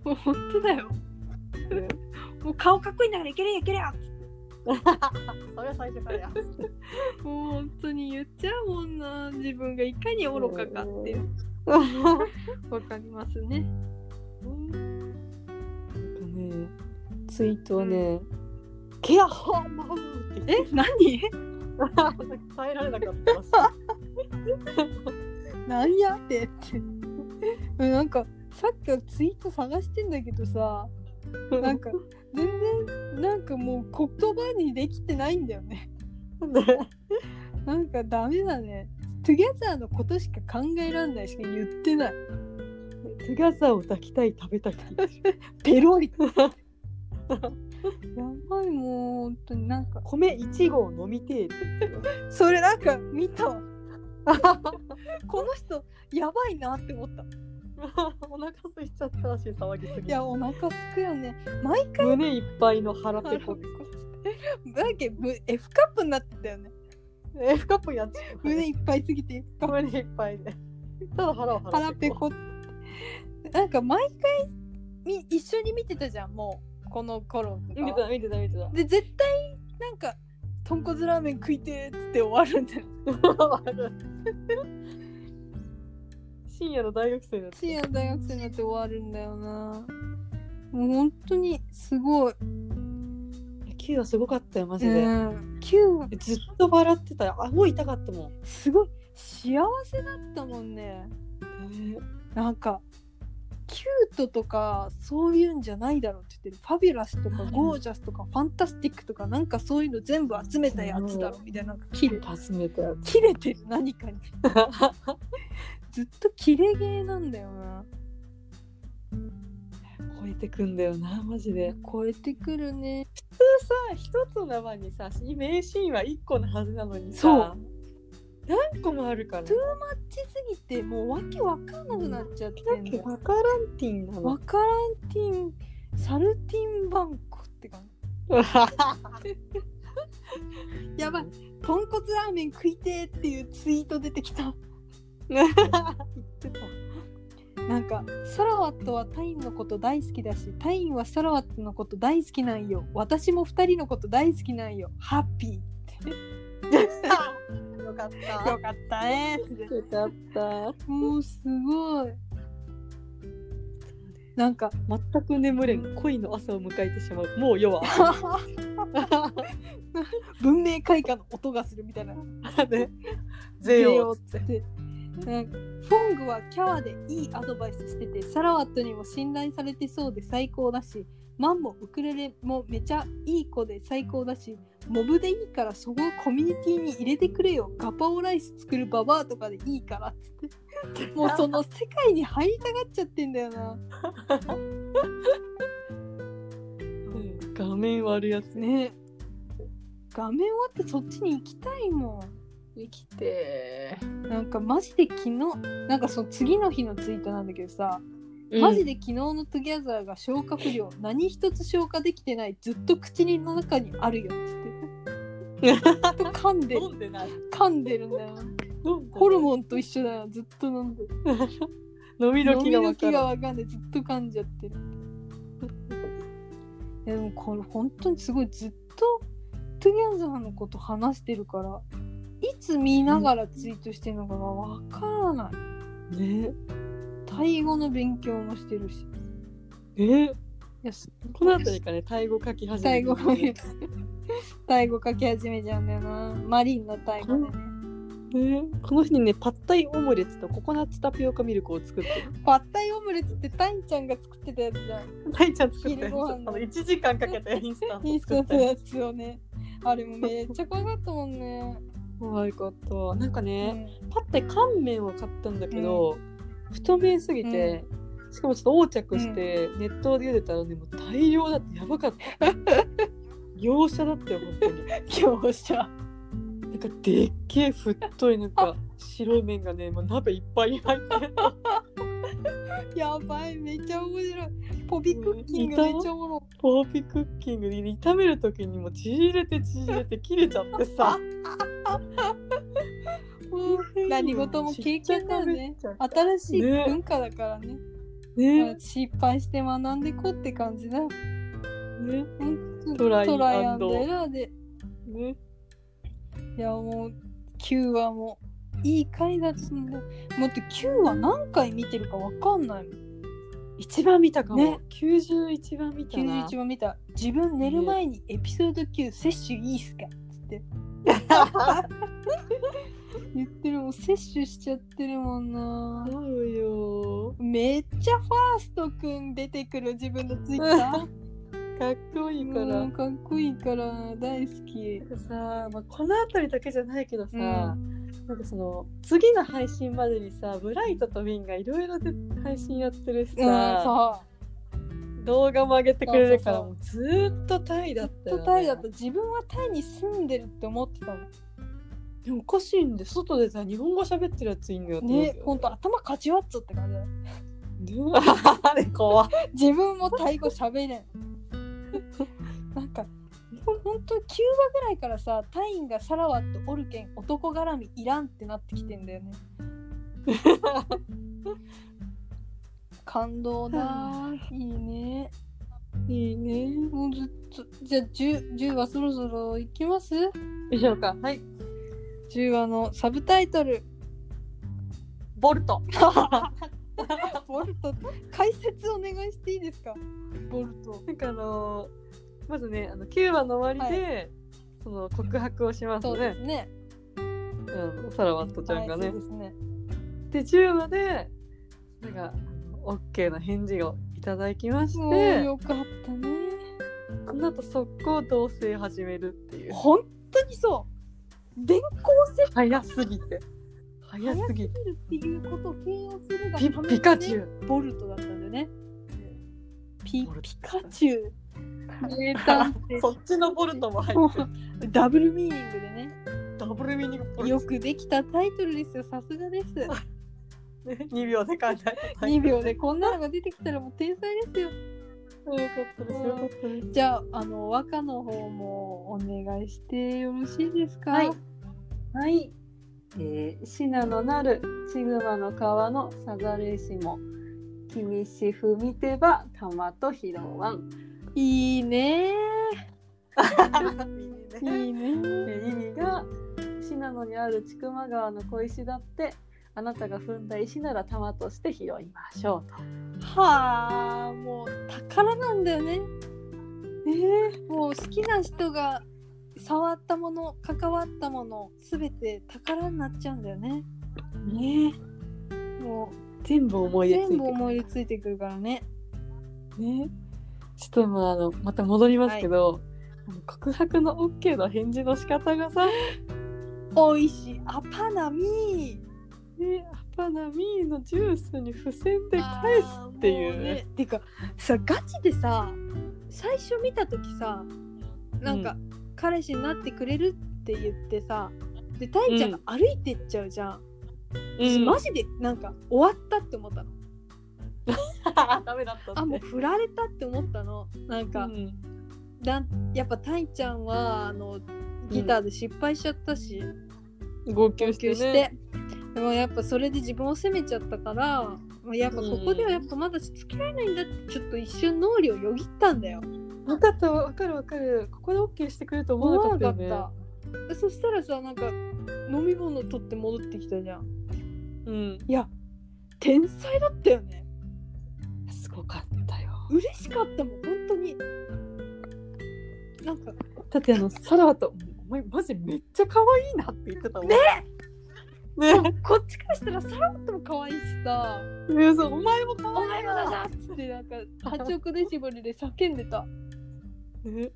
[SPEAKER 2] う
[SPEAKER 3] もう本当だよ
[SPEAKER 2] ね
[SPEAKER 3] もう顔かっこいいんだからいけるよいけるよ
[SPEAKER 2] それは最初からや。
[SPEAKER 3] もう本当に言っちゃうもんな自分がいかに愚かかっていうわかりますね
[SPEAKER 2] ね、ツイートはね、ケアホーマウって
[SPEAKER 3] え何
[SPEAKER 2] 耐えられなかった。
[SPEAKER 3] なんやってってなんかさっきからツイート探してんだけどさなんか全然なんかもう言葉にできてないんだよねなんかダメだね Together のことしか考えらんないしか言ってない
[SPEAKER 2] 姿を抱きたい食べたいって言ってる
[SPEAKER 3] ペロ
[SPEAKER 2] (laughs)
[SPEAKER 3] リ。
[SPEAKER 2] やばいもう本当になんか米1合飲み (laughs) てえって言ってる
[SPEAKER 3] それなんか見たわ。この人、やばいなって思った。
[SPEAKER 2] お腹空いちゃったらしい騒ぎすぎ
[SPEAKER 3] い
[SPEAKER 2] て
[SPEAKER 3] や、お腹すくよね。毎回
[SPEAKER 2] 胸いっぱいの腹ペコ
[SPEAKER 3] だっけ、む F カップになってたよね。
[SPEAKER 2] F カップやっちゃう
[SPEAKER 3] 胸いっぱいすぎて F カップ。
[SPEAKER 2] 胸いっぱいでただ腹は
[SPEAKER 3] 腹ペコ。なんか毎回み一緒に見てたじゃん、もう。この頃とか
[SPEAKER 2] 見てた見てた見てた
[SPEAKER 3] で、絶対なんか、豚骨ラーメン食いてーっつって終わるんだよ。
[SPEAKER 2] (laughs) 深夜の大学生だった
[SPEAKER 3] 深夜の大学生になって終わるんだよな。もう本当にすごい。
[SPEAKER 2] Q はすごかったよマジ
[SPEAKER 3] う
[SPEAKER 2] で、
[SPEAKER 3] ん、9
[SPEAKER 2] ずっと笑ってたよ顎痛かったもん、
[SPEAKER 3] すごい幸せだったもんねなんかキュートとかそういうんじゃないだろうって言ってるファビュラスとか
[SPEAKER 2] うん
[SPEAKER 3] ゴージャスとかファンタスティックとかなんかそういうの全部集めたやつだろうみたいななんか切れ
[SPEAKER 2] 集めたやつ
[SPEAKER 3] 切れてる何 (laughs) かにずっとキレゲーなんだよな
[SPEAKER 2] 超えてくんだよなマジで
[SPEAKER 3] 超えてくるね
[SPEAKER 2] さ一つの輪にさ名シーンは一個のはずなのにさ
[SPEAKER 3] そう
[SPEAKER 2] 何個もあるから
[SPEAKER 3] トゥーマッチすぎてもうわけわかんなくなっちゃってんだよ
[SPEAKER 2] わからんティンな
[SPEAKER 3] わ
[SPEAKER 2] (laughs) の
[SPEAKER 3] からんティンサルティンバンコって感じやばい豚骨ラーメン食いてーっていうツイート出てきた
[SPEAKER 2] (laughs)
[SPEAKER 3] 言ってたなんかサラワットはタインのこと大好きだしタインはサラワットのこと大好きなんよ私も2人のこと大好きなんよハッピ
[SPEAKER 2] よかっ
[SPEAKER 3] ー
[SPEAKER 2] た
[SPEAKER 3] よかったねー
[SPEAKER 2] よかった
[SPEAKER 3] もうすごいなんか (laughs)
[SPEAKER 2] 全く眠れん恋の朝を迎えてしまうもう夜は
[SPEAKER 3] 文明開化の音がするみたいな
[SPEAKER 2] ね
[SPEAKER 3] ぜ
[SPEAKER 2] ゼ
[SPEAKER 3] よ
[SPEAKER 2] ロ
[SPEAKER 3] っつってなんかフォングはキャワでいいアドバイスしててサラワットにも信頼されてそうで最高だしマンもウクレレもめちゃいい子で最高だしモブでいいからそこをコミュニティに入れてくれよガパオライス作るババアとかでいいからっつ (laughs) ってもうその世界に入りたがっちゃってんだよな
[SPEAKER 2] 画面割るやつ
[SPEAKER 3] ね画面割ってそっちに行きたいもん
[SPEAKER 2] 生きて
[SPEAKER 3] なんかマジで昨日なんかその次の日のツイートなんだけどさ、マ
[SPEAKER 2] マジ
[SPEAKER 3] ジ
[SPEAKER 2] で
[SPEAKER 3] で昨日のトゥギャザーが消化不良何一つ消化できてないずっと口の中にあ (laughs) るよっつってずっと噛んで
[SPEAKER 2] んでない
[SPEAKER 3] 噛んでるんだよホ
[SPEAKER 2] ホ
[SPEAKER 3] ル
[SPEAKER 2] ルモ
[SPEAKER 3] モンと一緒だよずっと飲んでる
[SPEAKER 2] ン飲み
[SPEAKER 3] 飲み
[SPEAKER 2] 時が
[SPEAKER 3] の
[SPEAKER 2] 分
[SPEAKER 3] 気
[SPEAKER 2] か
[SPEAKER 3] が
[SPEAKER 2] る
[SPEAKER 3] わかんないずっと噛んじゃってるいやでもこれ本当にすごいずっとトゥギャザーのこと話してるからいつ見ながらツイートしてるのかがわからない
[SPEAKER 2] ね
[SPEAKER 3] タイ語の勉強もしてるし
[SPEAKER 2] え
[SPEAKER 3] いやす
[SPEAKER 2] この辺りからねタイ語書き始
[SPEAKER 3] タ
[SPEAKER 2] め
[SPEAKER 3] イ
[SPEAKER 2] る
[SPEAKER 3] 語も言う (laughs) タイ語書き始めちゃうんだよな。マリンのタイ語でね。
[SPEAKER 2] ねこの日にねパッタイオムレツとココナッツタピオカミルクを作ってる
[SPEAKER 3] パッタイオムレツってタイちゃんが作ってたやつじゃん。
[SPEAKER 2] タイちゃん作ったや
[SPEAKER 3] 昼
[SPEAKER 2] つ
[SPEAKER 3] ご飯
[SPEAKER 2] あの1時間かけてインスタント
[SPEAKER 3] インス
[SPEAKER 2] 作
[SPEAKER 3] タン
[SPEAKER 2] っ
[SPEAKER 3] ト
[SPEAKER 2] た
[SPEAKER 3] の
[SPEAKER 2] や
[SPEAKER 3] やつをね。あれもめっちゃ怖かったもんね。
[SPEAKER 2] つ可愛かったなんか
[SPEAKER 3] う
[SPEAKER 2] ね、
[SPEAKER 3] ん
[SPEAKER 2] パッタイ乾麺を買ったんだけど、太麺すぎて、しかもちょっと横着して、熱湯で茹でたらねもう大量だってやばかった
[SPEAKER 3] (laughs)
[SPEAKER 2] 容赦だったよ本当に
[SPEAKER 3] 業者。
[SPEAKER 2] なんかでっけえ太いなんか白い麺がねもう鍋いっぱい入って (laughs) る
[SPEAKER 3] やばい、めっちゃ面白い。ポビクッキングめっちゃおもろ
[SPEAKER 2] ポーピクッキングで炒める時にも縮れて縮れて切れちゃってさ
[SPEAKER 3] い。 (laughs) 何事も経験だよね
[SPEAKER 2] ちっちゃ。か
[SPEAKER 3] 新しい
[SPEAKER 2] ね
[SPEAKER 3] 文化だからね。
[SPEAKER 2] ね
[SPEAKER 3] 失敗して学んでこうって感じだよ。
[SPEAKER 2] ね
[SPEAKER 3] ト
[SPEAKER 2] ト
[SPEAKER 3] ラ
[SPEAKER 2] ライ
[SPEAKER 3] イアンドエラーで。
[SPEAKER 2] ね
[SPEAKER 3] いやもう9話もいい回だったんだ待って9話何回見てるかわかんないもん
[SPEAKER 2] 一番見たかも、
[SPEAKER 3] ね
[SPEAKER 2] 91番見たな
[SPEAKER 3] 91話見た自分寝る前にエピソード9摂取いいっすかっつって
[SPEAKER 2] (laughs)
[SPEAKER 3] 言ってるもん摂取しちゃってるもんな
[SPEAKER 2] そうよ
[SPEAKER 3] めっちゃファーストくん出てくる自分のツ
[SPEAKER 2] (laughs)
[SPEAKER 3] イッタ
[SPEAKER 2] かっこいい
[SPEAKER 3] ー
[SPEAKER 2] から、
[SPEAKER 3] うんかっこいいから大好き
[SPEAKER 2] さ、まあ、この辺りだけじゃないけどさ、
[SPEAKER 3] う
[SPEAKER 2] なんかその次の配信までにさブライトとミンがいろいろで配信やってるしさ、
[SPEAKER 3] そ
[SPEAKER 2] 動画も上げてくれるから
[SPEAKER 3] そう
[SPEAKER 2] もうずーっとタイだっ
[SPEAKER 3] う
[SPEAKER 2] たよ、
[SPEAKER 3] ずっ
[SPEAKER 2] ね、
[SPEAKER 3] とタイだと自分はタイに住んでるって思ってたの
[SPEAKER 2] でもおかしいんで外でさ日本語喋ってるやついんだよと思うけ
[SPEAKER 3] ね
[SPEAKER 2] ど
[SPEAKER 3] ほん
[SPEAKER 2] (laughs)
[SPEAKER 3] と頭かち割っちゃって感じだよ
[SPEAKER 2] ねあれ怖い
[SPEAKER 3] 自分もタイ語喋れん (laughs) なんかほんと9話ぐらいからさタインがサラワッとオルケン男絡みいらんってなってきてん
[SPEAKER 2] (laughs)
[SPEAKER 3] だよね感動だいいね
[SPEAKER 2] いいね
[SPEAKER 3] もうずっとじゃあ 10, 10話そろそろ行きます
[SPEAKER 2] 以上かはい
[SPEAKER 3] 10話のサブタイトル
[SPEAKER 2] ボルト
[SPEAKER 3] 「ボルト」解説お願いしていいですかボルト
[SPEAKER 2] なんかあのーまずねあの9話の終わりで、その告白をします
[SPEAKER 3] そうで
[SPEAKER 2] ね
[SPEAKER 3] すね
[SPEAKER 2] うん、サラワットちゃんがね、
[SPEAKER 3] はいそうですね
[SPEAKER 2] で10話でなんかオッケーな返事をいただきまし
[SPEAKER 3] もう
[SPEAKER 2] て
[SPEAKER 3] よかったね
[SPEAKER 2] その後速攻同棲始めるっていう
[SPEAKER 3] 本当にそう電光
[SPEAKER 2] 早すぎて早すぎて
[SPEAKER 3] 石っていうことを形容するがため
[SPEAKER 2] ピ
[SPEAKER 3] にね
[SPEAKER 2] ピカチュウ
[SPEAKER 3] ボルトだったんだよねピ
[SPEAKER 2] ボルト
[SPEAKER 3] ピカチュウ名探偵
[SPEAKER 2] (laughs) そっちのボルトも入
[SPEAKER 3] も
[SPEAKER 2] ってる
[SPEAKER 3] うダブルミーニングでね
[SPEAKER 2] ダブルミニボル
[SPEAKER 3] よ
[SPEAKER 2] ト
[SPEAKER 3] くできたタイトルですよさすがです
[SPEAKER 2] 2秒で考えた
[SPEAKER 3] 2秒でこんなのが出てきたらもう天才ですよ
[SPEAKER 2] よかったですよかったです
[SPEAKER 3] じゃああの和歌の方もお願いしてよろしいですか
[SPEAKER 5] はいはい。えー、シナのなる、シグマの川のさざれしも、君しふみてば、たまとひろわん。
[SPEAKER 3] いいねい
[SPEAKER 2] ね
[SPEAKER 3] いね
[SPEAKER 5] えー意味が、シナノにある千曲川の小石だって、あなたが踏んだ石なら玉として拾いましょう
[SPEAKER 3] はあもう宝なんだよねえーもう好きな人が触ったもの関わったものすべて宝になっちゃうんだよね
[SPEAKER 2] ね
[SPEAKER 3] も
[SPEAKER 2] 全部思
[SPEAKER 3] う
[SPEAKER 2] い出ついてく
[SPEAKER 3] 全部
[SPEAKER 2] る
[SPEAKER 3] 思い出ついてくるからね
[SPEAKER 2] ねちょっとまああのまた戻りますけど、あの告白の OK の返事の仕方がさ
[SPEAKER 3] おいしいアパナミ
[SPEAKER 2] ね、アパナミーのジュースに付箋で返すっていう
[SPEAKER 3] あーもねてかさガチでさ最初見た時さなんか、
[SPEAKER 2] う
[SPEAKER 3] 彼氏になってくれるって言ってさでたいちゃんが歩いてっちゃうじゃん、
[SPEAKER 2] うん
[SPEAKER 3] マジでなんか終わったって思ったの
[SPEAKER 2] ダメだったって
[SPEAKER 3] あもう振られたって思ったのなんか、
[SPEAKER 2] うん
[SPEAKER 3] なんやっぱたいちゃんはあのギターで失敗しちゃったし、
[SPEAKER 2] 号泣
[SPEAKER 3] 号
[SPEAKER 2] して,、ね
[SPEAKER 3] 泣してでもやっぱそれで自分を責めちゃったからまあやっぱここではやっぱまだ付き合えないんだってちょっと一瞬脳裏をよぎったんだよ
[SPEAKER 2] よかったわかるわかるここで OK してくれると思
[SPEAKER 3] 思
[SPEAKER 2] わ
[SPEAKER 3] わ
[SPEAKER 2] なか
[SPEAKER 3] な
[SPEAKER 2] ったよね
[SPEAKER 3] かったそしたらさなんか飲み物取って戻ってきたじゃん
[SPEAKER 2] うん
[SPEAKER 3] いや天才だったよね
[SPEAKER 2] すごかったよ
[SPEAKER 3] 嬉しかったもん本当になんか
[SPEAKER 2] だってあのサラと「お前マジめっちゃ可愛いな」って言ってたもんねね
[SPEAKER 3] こっちからしたらサラッとも可愛いしさ
[SPEAKER 2] ねそうお前も
[SPEAKER 3] 「
[SPEAKER 2] 可
[SPEAKER 3] お
[SPEAKER 2] 愛
[SPEAKER 3] 前もだな!」っつってなんか8億デシボルで叫んでた
[SPEAKER 2] い、ね、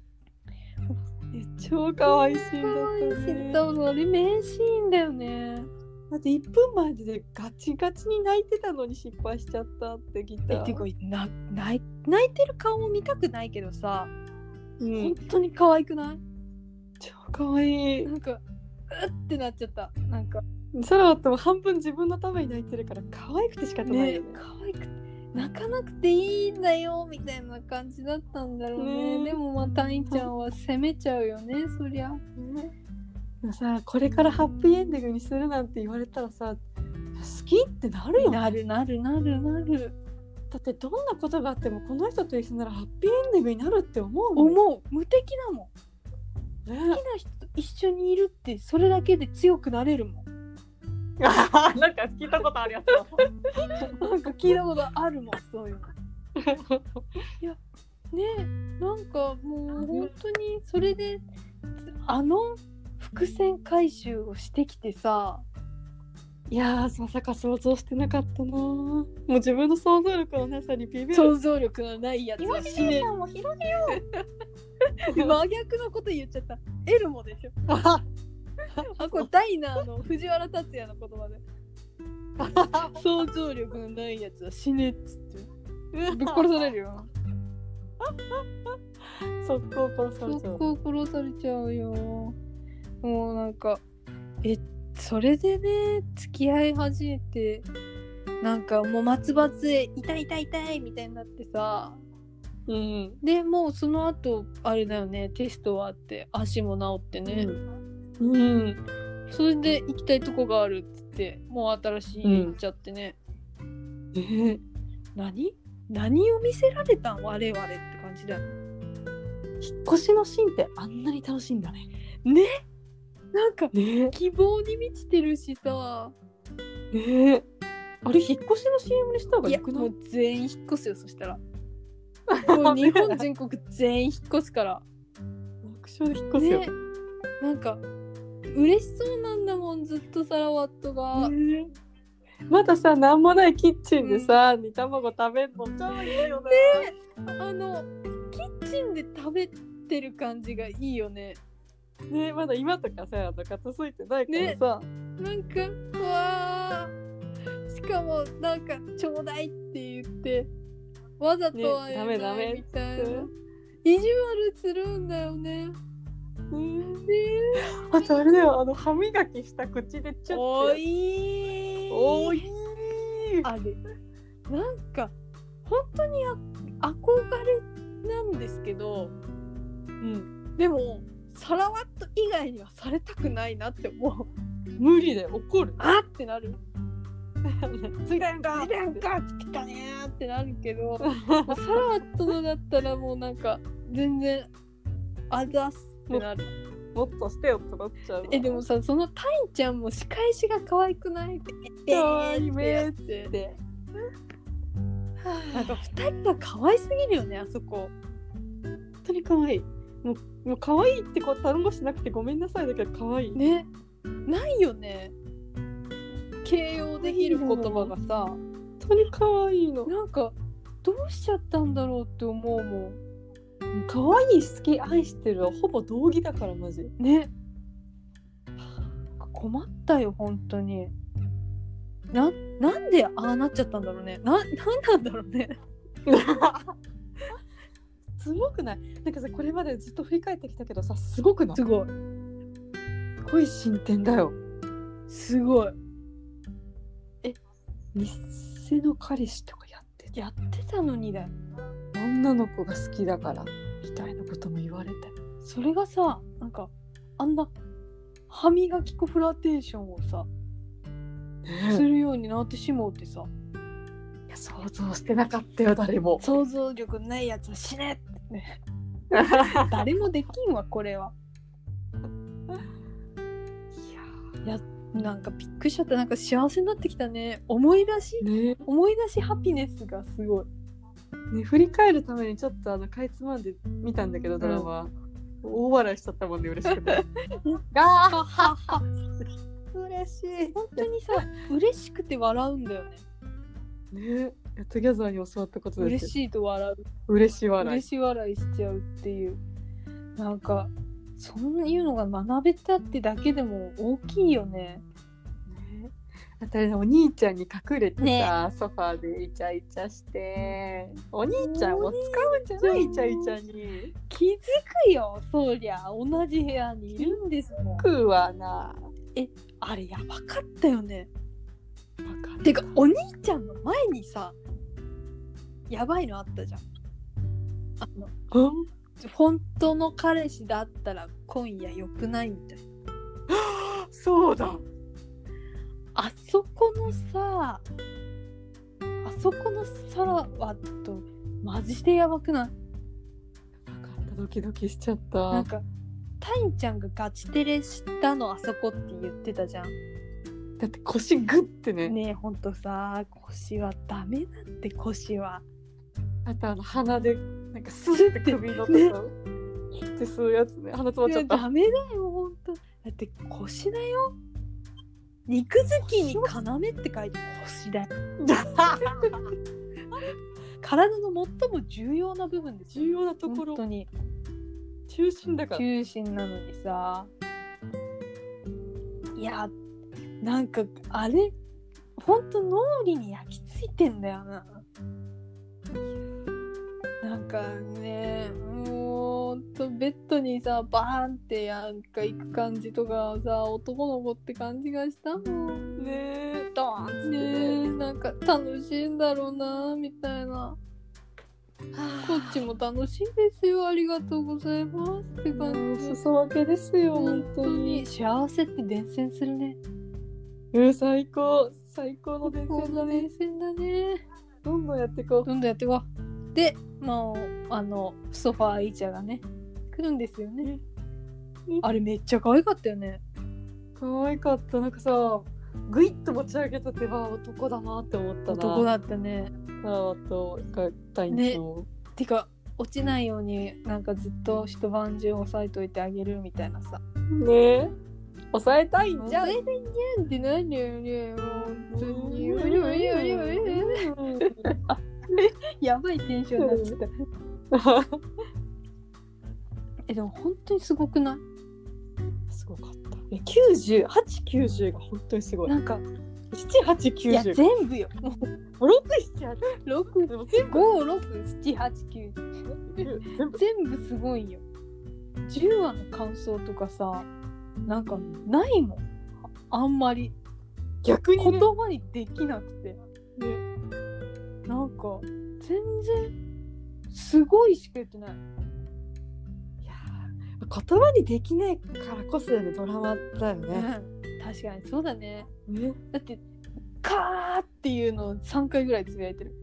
[SPEAKER 2] 超可愛いシー
[SPEAKER 3] 可愛
[SPEAKER 2] ンだっ
[SPEAKER 3] いした
[SPEAKER 2] ね
[SPEAKER 3] でもそれ名シーンだよね
[SPEAKER 2] だって1分前でガチガチに泣いてたのに失敗しちゃったってギタ
[SPEAKER 3] え
[SPEAKER 2] ー
[SPEAKER 3] てかな泣い泣いてる顔も見たくないけどさ、
[SPEAKER 2] うん
[SPEAKER 3] 本当に可愛くない
[SPEAKER 2] 超可愛い
[SPEAKER 3] なんかうってなっちゃったなんか
[SPEAKER 2] サラワットも半分自分のために泣いてるから可愛くて仕方ないよね
[SPEAKER 3] 可愛くて泣かなくていいんだよみたいな感じだったんだろうね
[SPEAKER 2] ね
[SPEAKER 3] でもまあタイちゃんは責めちゃうよねそりゃ
[SPEAKER 2] でもさこれからハッピーエンディングにするなんて言われたらさ好きってなるよね
[SPEAKER 3] なるなるなるなる
[SPEAKER 2] だってどんなことがあってもこの人と一緒ならハッピーエンディングになるって思うもんね
[SPEAKER 3] 思う無敵だもん好きな人と一緒にいるってそれだけで強くなれるもん
[SPEAKER 2] (laughs) なんか聞いたことあるやつ (laughs)
[SPEAKER 3] なんか聞いたことあるもんそういうのねなんかもう本当にそれであの伏線回収をしてきてさ
[SPEAKER 2] いやーまさか想像してなかったなーもう自分の想像力のなさにビビる
[SPEAKER 3] 想像力のないやつは死ねる
[SPEAKER 5] んも拾
[SPEAKER 3] 真逆のこと言っちゃったエルモでしょ
[SPEAKER 2] あ
[SPEAKER 3] あこれダイナーの藤原竜也の言葉で
[SPEAKER 2] (laughs) 想像力のないやつは死ねっつって
[SPEAKER 3] ぶっ殺されるよ
[SPEAKER 2] 速攻殺されちゃ
[SPEAKER 3] 速
[SPEAKER 2] う
[SPEAKER 3] 攻殺されちゃうよもうなんかえそれでね付き合い始めてなんかもう松葉杖痛い痛い痛いみたいになってさ
[SPEAKER 2] うん
[SPEAKER 3] でもうその後あれだよねテストはあって足も治ってね、
[SPEAKER 2] うん
[SPEAKER 3] それで行きたいとこがあるっつってもう新しい家行っちゃってね、
[SPEAKER 2] えー
[SPEAKER 3] 何何を見せられたん我々って感じだよね
[SPEAKER 2] 引っ越しのシーンってあんなに楽しいんだね
[SPEAKER 3] なんか
[SPEAKER 2] ね
[SPEAKER 3] 希望に満ちてるしさ
[SPEAKER 2] えねえあれ引っ越しの CM にした方が
[SPEAKER 3] い
[SPEAKER 2] よ
[SPEAKER 3] や
[SPEAKER 2] く
[SPEAKER 3] も
[SPEAKER 2] ないう
[SPEAKER 3] 全員引っ越すよ
[SPEAKER 2] (laughs)
[SPEAKER 3] そしたらもう日本全国全員引っ越すから
[SPEAKER 2] 爆笑で引っ越すよ、
[SPEAKER 3] ねなんか嬉しそうなんだもんずっとサラワットが、
[SPEAKER 2] ねえまださ何もないキッチンでさ、煮卵食べんの超いいよね
[SPEAKER 3] あのキッチンで食べてる感じがいいよね
[SPEAKER 2] ねまだ今とかさあの片付いてないからさ、
[SPEAKER 3] なんかうわーしかもなんか「ちょうだい」って言ってわざとは
[SPEAKER 2] ねダ
[SPEAKER 3] やら
[SPEAKER 2] メダ
[SPEAKER 3] ない
[SPEAKER 2] メ
[SPEAKER 3] みたい
[SPEAKER 2] って
[SPEAKER 3] な、意地悪するんだよね
[SPEAKER 2] うんあとあれだよあの歯磨きした口でちょっと
[SPEAKER 3] い
[SPEAKER 2] おい
[SPEAKER 3] (laughs) あれなんか本当にあ憧れなんですけど
[SPEAKER 2] うん、
[SPEAKER 3] でもサラワット以外にはされたくないなって思う (laughs)
[SPEAKER 2] 無理だよ怒る
[SPEAKER 3] あってなる
[SPEAKER 2] 違うんか
[SPEAKER 3] 「なんかつきたねー」ってなるけ (laughs) どもうサラワットのだったらもうなんか全然あざっすってなる
[SPEAKER 2] もっとしてよとなっちゃうわ
[SPEAKER 3] えでもさそのタイちゃんも仕返しが可愛くないって
[SPEAKER 2] 可愛い
[SPEAKER 3] ってやって
[SPEAKER 2] で
[SPEAKER 3] なんか2人が可愛すぎるよねあそこ
[SPEAKER 2] 本当に可愛いもうもう可愛いってこう単語しなくてごめんなさいだけど可愛い
[SPEAKER 3] ねないよね形容できる言葉がさ
[SPEAKER 2] 本当に可愛いの
[SPEAKER 3] なんかどうしちゃったんだろうって思うもん
[SPEAKER 2] 可愛い好き愛してるはほぼ同義だからマジ
[SPEAKER 3] ねなんか困ったよ本当にななんでああなっちゃったんだろうねななんなんだろうね
[SPEAKER 2] (laughs) すごくないなんかさこれまでずっと振り返ってきたけどさすごくない
[SPEAKER 3] すごい
[SPEAKER 2] すごい進展だよ
[SPEAKER 3] すごい
[SPEAKER 2] 偽の彼氏とかやって
[SPEAKER 3] やってたのにだよ
[SPEAKER 2] 女の子が好きだからみたいなことも言われて
[SPEAKER 3] それがさなんかあんな歯磨き粉フラテーションをさするようになってしもうてさ
[SPEAKER 2] いや想像してなかったよ誰 (laughs) も
[SPEAKER 3] 想像力ないやつは死ねってね誰もできんわこれはい
[SPEAKER 2] や
[SPEAKER 3] なんかびっくりしちゃったなんか幸せになってきたね思い出し
[SPEAKER 2] ね
[SPEAKER 3] 思い出しハピネスがすごい
[SPEAKER 2] ね振り返るためにちょっとあのかいつまんで見たんだけどドラマ、大笑いしちゃったもんね嬉 (laughs) しくて
[SPEAKER 3] 嬉しい本当にさ嬉しくて笑うんだよね
[SPEAKER 2] ねいやトゥギャザーに教わったことで
[SPEAKER 3] 嬉
[SPEAKER 2] すよ
[SPEAKER 3] しいと笑う
[SPEAKER 2] 嬉しい笑い
[SPEAKER 3] 嬉し笑いしちゃうっていうなんかそういうのが学べたってだけでも大きいよね
[SPEAKER 2] ねあたりのお兄ちゃんに隠れてさ、
[SPEAKER 3] ね
[SPEAKER 2] ソファーでイチャイチャしてお兄ちゃんを使うんじゃないイチャイチャに
[SPEAKER 3] 気づくよそりゃ同じ部屋にいるんですもん
[SPEAKER 2] 食うわな
[SPEAKER 3] あれやばかったよね
[SPEAKER 2] わかる
[SPEAKER 3] てかお兄ちゃんの前にさやばいのあったじゃんあの
[SPEAKER 2] うん
[SPEAKER 3] 本当の彼氏だったら今夜良くないみたいな
[SPEAKER 2] そうだ
[SPEAKER 3] あそこのさあそこのサラワとマジでやばくない
[SPEAKER 2] わかったドキドキしちゃった
[SPEAKER 3] なんかタインちゃんがガチテレしたのあそこって言ってたじゃん
[SPEAKER 2] だって腰グッてね
[SPEAKER 3] ねえほんとさ腰はダメだって腰は
[SPEAKER 2] あとあの鼻でなんかスッて首のとこ
[SPEAKER 3] ね
[SPEAKER 2] って吸うやつね鼻詰まっちゃ
[SPEAKER 3] い
[SPEAKER 2] っ
[SPEAKER 3] や
[SPEAKER 2] た
[SPEAKER 3] ダメだよほんとだって腰だよ肉付きに要って書いて腰だよ体の最も重要な部分です
[SPEAKER 2] 重
[SPEAKER 3] よ
[SPEAKER 2] 要なとこ
[SPEAKER 3] 本当
[SPEAKER 2] ろ
[SPEAKER 3] に
[SPEAKER 2] 中心だから
[SPEAKER 3] 中心なのにさいやなんかあれほんと脳裏に焼き付いてんだよななんかねもうほんとベッドにさバーンってなんか行く感じとかさ男の子って感じがしたも
[SPEAKER 2] ね
[SPEAKER 3] ん
[SPEAKER 2] えドーンっつって
[SPEAKER 3] ね
[SPEAKER 2] ね
[SPEAKER 3] えなんか楽しいんだろうなみたいなこっちも楽しいですよありがとうございますって感
[SPEAKER 2] お
[SPEAKER 3] じ
[SPEAKER 2] 裾分けですよ本当に
[SPEAKER 3] 幸せって伝染するね
[SPEAKER 2] うん最高最高の伝
[SPEAKER 3] こ
[SPEAKER 2] 説
[SPEAKER 3] ん
[SPEAKER 2] だ
[SPEAKER 3] な
[SPEAKER 2] ね
[SPEAKER 3] 伝染だね
[SPEAKER 2] どんどんやっていこ
[SPEAKER 3] どんどんやってこうでまああのソファーイーチャーがね来るんですよねあれめっちゃ可愛かったよね
[SPEAKER 2] う可愛かったなんかさグイッと持ち上げた手は男だなって思ったな
[SPEAKER 3] 男だったね
[SPEAKER 2] あとが大日の
[SPEAKER 3] てか落ちないようになんかずっと一晩中押さえといてあげるみたいなさ
[SPEAKER 2] ねえ抑えたいんじゃん
[SPEAKER 3] 抑ってなんだよね本当にやばいテンションになっちゃったえでも本当にすごくない
[SPEAKER 2] すごかった。え、九十八九十が本当にすごい
[SPEAKER 3] な。んか
[SPEAKER 2] 七八
[SPEAKER 3] い
[SPEAKER 2] 九
[SPEAKER 3] や
[SPEAKER 2] 十。
[SPEAKER 3] 全部よ
[SPEAKER 2] 六七八。
[SPEAKER 3] 六
[SPEAKER 2] でも全部
[SPEAKER 3] 五六七八九
[SPEAKER 2] 全部。
[SPEAKER 3] 全部すごいよ10話の感想とかさなんかないもんあんまり
[SPEAKER 2] 逆に、
[SPEAKER 3] 言
[SPEAKER 2] ね。
[SPEAKER 3] 葉にできなくて、なんか全然すごいしか言ってない
[SPEAKER 2] いやー言葉にできないからこそだよねドラマだよね。
[SPEAKER 3] 確かにそうだね
[SPEAKER 2] ね。
[SPEAKER 3] だって「カー」っていうのを3回ぐらいつぶやいてる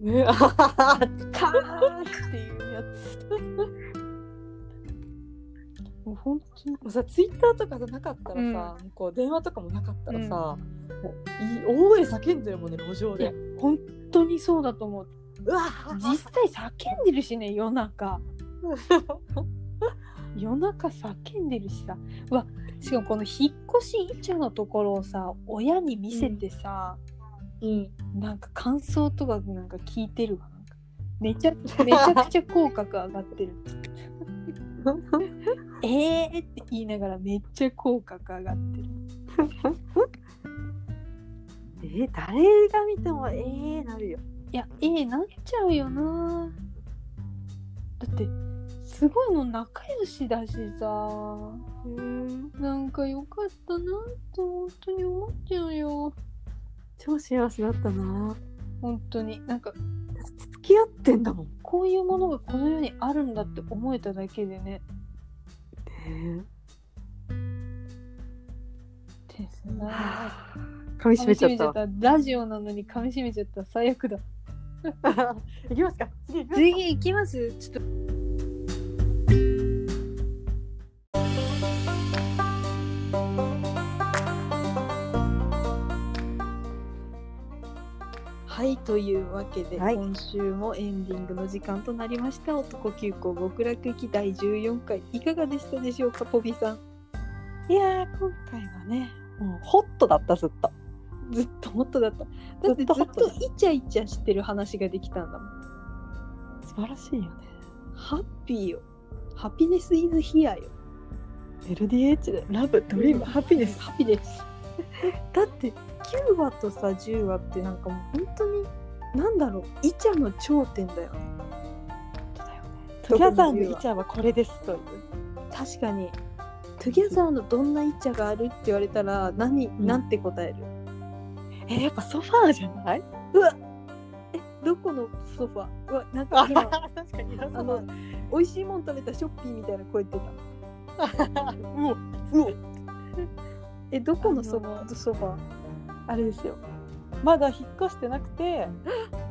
[SPEAKER 2] ね。 (laughs) あははは
[SPEAKER 3] 「カー」っていうやつ (laughs) もう本当に
[SPEAKER 2] もうさツイッターとかじゃなかったらさ、こう電話とかもなかったらさ、もうい大声叫んでるもんね路上で。
[SPEAKER 3] 本当にそうだと思う
[SPEAKER 2] うわ
[SPEAKER 3] 実際叫んでるしね夜中夜中叫んでるしさうわしかもこの引っ越しイチャのところをさ親に見せてさ、
[SPEAKER 2] うん。
[SPEAKER 3] なんか感想とかなんか聞いてるわなんかめちゃ
[SPEAKER 2] (laughs)
[SPEAKER 3] めちゃくちゃ口角上がってるえーって言いながらめっちゃ口角上がってる
[SPEAKER 2] え誰が見てもええなるよ。
[SPEAKER 3] いやええなっちゃうよなだってすごいもう仲良しだしさなんか良かったなと本当に思っちゃうよ。
[SPEAKER 2] 超幸せだったな。
[SPEAKER 3] 本当になんか
[SPEAKER 2] 付き合ってんだもん。
[SPEAKER 3] こういうものがこの世にあるんだって思えただけでね。
[SPEAKER 2] ね
[SPEAKER 3] ですね。
[SPEAKER 2] 噛み締
[SPEAKER 3] 噛み
[SPEAKER 2] めち
[SPEAKER 3] 締
[SPEAKER 2] ゃ
[SPEAKER 3] め
[SPEAKER 2] っ
[SPEAKER 3] ち
[SPEAKER 2] た
[SPEAKER 3] ゃっ
[SPEAKER 2] わ。
[SPEAKER 3] た。ラジオなのに噛み締めちゃった。最悪だ。
[SPEAKER 2] いきますか。次行きます
[SPEAKER 3] 次行きます。ちょっと。
[SPEAKER 6] はいというわけで、
[SPEAKER 7] はい
[SPEAKER 6] 今週もエンディングの時間となりました男急行極楽行き第14回いかがでしたでしょうかポビさん
[SPEAKER 7] いやー今回はねもうホットだったずっと
[SPEAKER 6] ずっとホットだっただっ
[SPEAKER 7] ず
[SPEAKER 6] てず
[SPEAKER 7] っとホ
[SPEAKER 6] っ
[SPEAKER 7] ット
[SPEAKER 6] とイチャイチャしてる話ができたんだもん
[SPEAKER 7] 素晴らしいよね
[SPEAKER 6] ハッピーよハピネスイズヒアよ
[SPEAKER 7] LDH でラブドリームハッピーです
[SPEAKER 6] ハピネス (laughs) だって9話とさ10話ってなんかもう本当になんだろうイチャの頂点だよね
[SPEAKER 7] トギャザーの
[SPEAKER 6] どこの
[SPEAKER 7] イチャはこれですという
[SPEAKER 6] 確かに「トゥギャザーのどんなイチャがある?」って言われたら何、
[SPEAKER 7] ん
[SPEAKER 6] なんて答える
[SPEAKER 7] えーやっぱソファーじゃない
[SPEAKER 6] えどこのソファうわなんか (laughs) 今
[SPEAKER 7] 確かに
[SPEAKER 6] あの美味しいもん食べたショッピーみたいな声出た
[SPEAKER 7] う
[SPEAKER 6] (laughs)
[SPEAKER 7] お
[SPEAKER 6] えどこのソフ
[SPEAKER 7] あ
[SPEAKER 6] ァソファ
[SPEAKER 7] あれですよまだ引っ越してなくて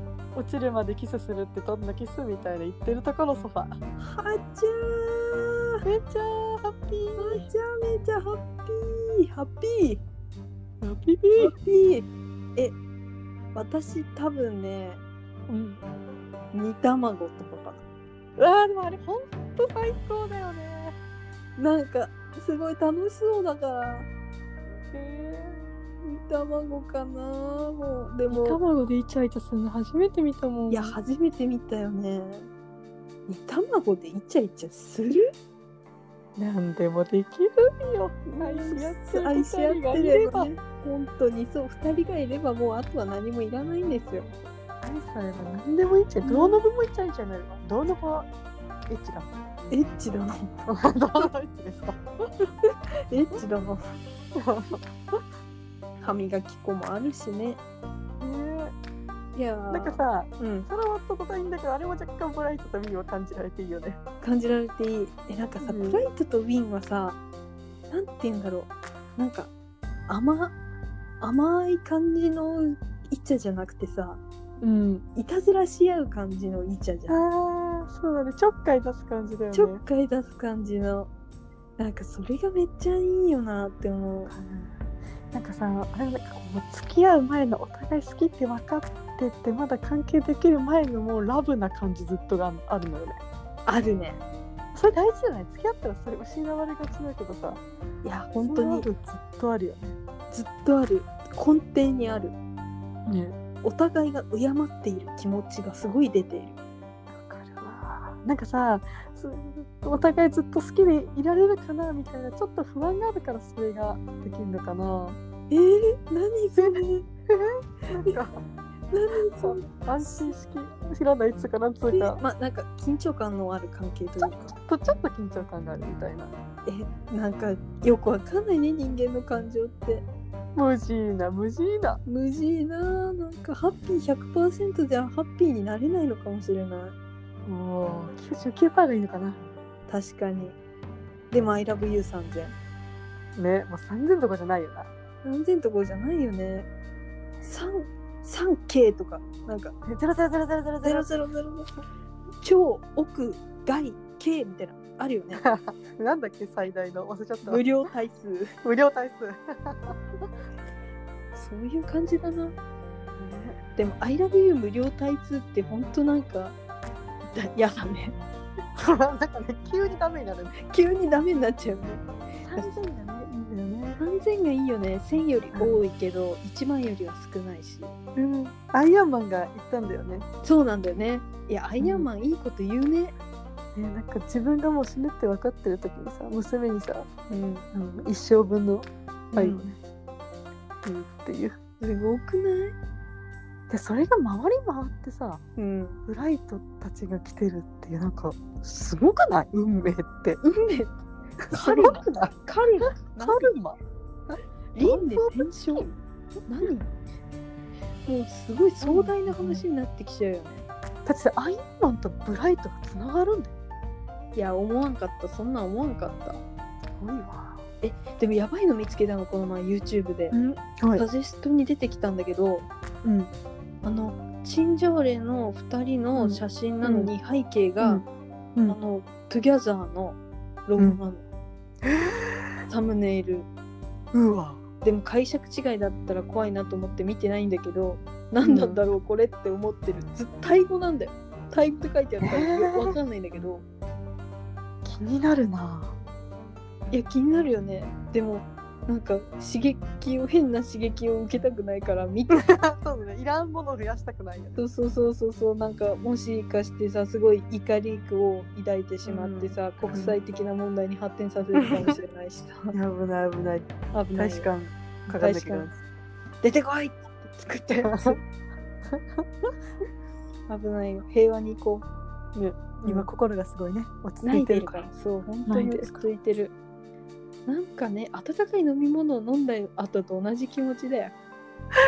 [SPEAKER 7] (gasps) 落ちるまでキスするってどんなキスみたいな言ってるところソファ
[SPEAKER 6] はちゃーめちゃハッピーはちゃーめちゃハッピーハッピー
[SPEAKER 7] ーピピ
[SPEAKER 6] ハッピーえ私多分ね
[SPEAKER 7] うん
[SPEAKER 6] 煮卵とかか
[SPEAKER 7] うわーでもあれほんと最高だよね
[SPEAKER 6] ななんかすごい楽しそうだから煮卵かなもうでも
[SPEAKER 7] 卵でイチャイチャするの初めて見たもん
[SPEAKER 6] いや初めて見たよね煮卵でイチャイチャする
[SPEAKER 2] 何でもできるよ愛し合ってる
[SPEAKER 3] 愛し合っ
[SPEAKER 2] 二人が
[SPEAKER 3] て
[SPEAKER 2] い
[SPEAKER 3] れ
[SPEAKER 2] れ
[SPEAKER 3] ば
[SPEAKER 2] ば
[SPEAKER 3] ね本当にそう2人がいればもうあとは何もいらないんですよ
[SPEAKER 2] 愛されば何でもいいじゃんどうのぶもいっちゃいじゃないわどうのぶはエッチだ
[SPEAKER 3] エッチだな
[SPEAKER 2] どうのぶはエッチですか
[SPEAKER 3] エッチだな
[SPEAKER 7] (laughs)
[SPEAKER 3] 歯磨き粉もあるしね
[SPEAKER 2] ね
[SPEAKER 3] いや
[SPEAKER 2] え
[SPEAKER 3] ー
[SPEAKER 2] なんかさ
[SPEAKER 3] うん
[SPEAKER 2] さらわったことはいいんだけどあれも若干ブライトとミーを感じられていいよね
[SPEAKER 3] 感じられていいえなんかさ、
[SPEAKER 2] うん
[SPEAKER 3] プライトとウィンはさなんて言うんだろうなんか甘甘い感じのイチャじゃなくてさ
[SPEAKER 2] うん
[SPEAKER 3] いたずらし合う感じのイチャじゃん
[SPEAKER 2] ああそうだねちょっかい出す感じだよね
[SPEAKER 3] ちょっかい出す感じのなんかそれがめっちゃいいよなって思う
[SPEAKER 2] なんかさあれなんかこう付き合う前のお互い好きって分かっててまだ関係できる前のもうラブな感じずっとがあるのよね
[SPEAKER 3] あるね
[SPEAKER 2] それ大事じゃない付き合ったらそれ失われがちだけどさ
[SPEAKER 3] いや本当に
[SPEAKER 2] そのラブずっとあるよ
[SPEAKER 3] ずっとある根底にある
[SPEAKER 2] ねね
[SPEAKER 3] お互いが敬っている気持ちがすごい出ている
[SPEAKER 2] わかるわなんかさすお互いずっと好きでいられるかなみたいなちょっと不安があるからそれができるのかな
[SPEAKER 3] えー、何それ
[SPEAKER 2] なんか
[SPEAKER 3] 何それ
[SPEAKER 2] 安心しき知らないっつうかなんつうか
[SPEAKER 3] まあなんか緊張感のある関係というか
[SPEAKER 2] とちょっと緊張感があるみたいな
[SPEAKER 3] えなんかよくわかんないね人間の感情って
[SPEAKER 2] 無事な無事な
[SPEAKER 3] 無事ななんかハッピー100%じゃハッピーになれないのかもしれない
[SPEAKER 2] もう99%がいいのかな
[SPEAKER 3] 確かにでも「ILOVEYOU3000
[SPEAKER 2] ねもう3000とかじゃないよな」
[SPEAKER 3] 3000とこじゃないよね 3K とかなんか
[SPEAKER 2] ゼロゼロゼロゼロゼロゼロ
[SPEAKER 3] 0000超奥外 K みたいなある
[SPEAKER 2] (laughs)
[SPEAKER 3] よね
[SPEAKER 2] なんだっけ最大の忘れちゃった
[SPEAKER 3] 無料対数
[SPEAKER 2] 無料体数 (laughs)
[SPEAKER 3] そういう感じだなでも「ILOVEYOU」無料対数ってほんとなんかだ嫌だね (laughs)
[SPEAKER 2] なんかね急にダメになる
[SPEAKER 3] 急にダメになっちゃうね
[SPEAKER 2] 3000がねいいんだよね
[SPEAKER 3] 3000がいいよね1000より多いけど1万よりは少ないし
[SPEAKER 2] うんアイアンマンが言ったんだよね
[SPEAKER 3] そうなんだよねいやアイアンマンいいこと言うね
[SPEAKER 2] ねなんか自分がもう死ぬって分かってる時にさ娘にさ
[SPEAKER 3] うん
[SPEAKER 2] あの一生分の愛をね、言うっていう
[SPEAKER 3] すごくない
[SPEAKER 2] でそれが回り回ってさ
[SPEAKER 3] うん
[SPEAKER 2] ブライトたちが来てるっていうなんかすごくない運命って
[SPEAKER 3] 運命
[SPEAKER 2] すごくない
[SPEAKER 3] カルマ
[SPEAKER 2] カルマ
[SPEAKER 3] 輪廻転生何もうすごい壮大な話になってきちゃうよね
[SPEAKER 2] だってアイアンマンとブライトがつながるんだよ
[SPEAKER 3] いや思わんかったそんなん思わんかった
[SPEAKER 2] すごいわ
[SPEAKER 3] でもやばいの見つけたのこの前 YouTube で
[SPEAKER 2] うんは
[SPEAKER 3] サジェストに出てきたんだけど
[SPEAKER 2] うん
[SPEAKER 3] あのチンジャオレの2人の写真なのに背景が、
[SPEAKER 2] うんうん
[SPEAKER 3] あのトゥギャザーのロゴなの、サムネイル
[SPEAKER 2] うわ
[SPEAKER 3] でも解釈違いだったら怖いなと思って見てないんだけど何なんだろうこれって思ってるずタイ語なんだよタイ語って書いて
[SPEAKER 2] (laughs)
[SPEAKER 3] あるからよくわかんないんだけど
[SPEAKER 2] 気になるない
[SPEAKER 3] や気になるよねでもなんか刺激を変な刺激を受けたくないから見て
[SPEAKER 2] (laughs) そうねいらんものを増やしたくないよね
[SPEAKER 3] そうそうそうそうそうなんかもしかしてさすごい怒りを抱いてしまってさ、
[SPEAKER 2] うん
[SPEAKER 3] 国際的な問題に発展させるかもしれないし
[SPEAKER 2] (laughs)
[SPEAKER 3] さ
[SPEAKER 2] 危ない危ない
[SPEAKER 3] 危な
[SPEAKER 2] 大
[SPEAKER 3] いよ
[SPEAKER 2] 使館かかんなきゃいけない
[SPEAKER 3] 出てこいって作った
[SPEAKER 2] (laughs)
[SPEAKER 3] やつ危ないよ平和に行こう、
[SPEAKER 2] ね
[SPEAKER 3] うん
[SPEAKER 2] 今心がすごいね落ち
[SPEAKER 3] な
[SPEAKER 2] 着い
[SPEAKER 3] い
[SPEAKER 2] て
[SPEAKER 3] で
[SPEAKER 2] る
[SPEAKER 3] る
[SPEAKER 2] か
[SPEAKER 3] かららそう本当に落ち着いてるなんかね温かい飲み物を飲んだ後と同じ気持ちだよ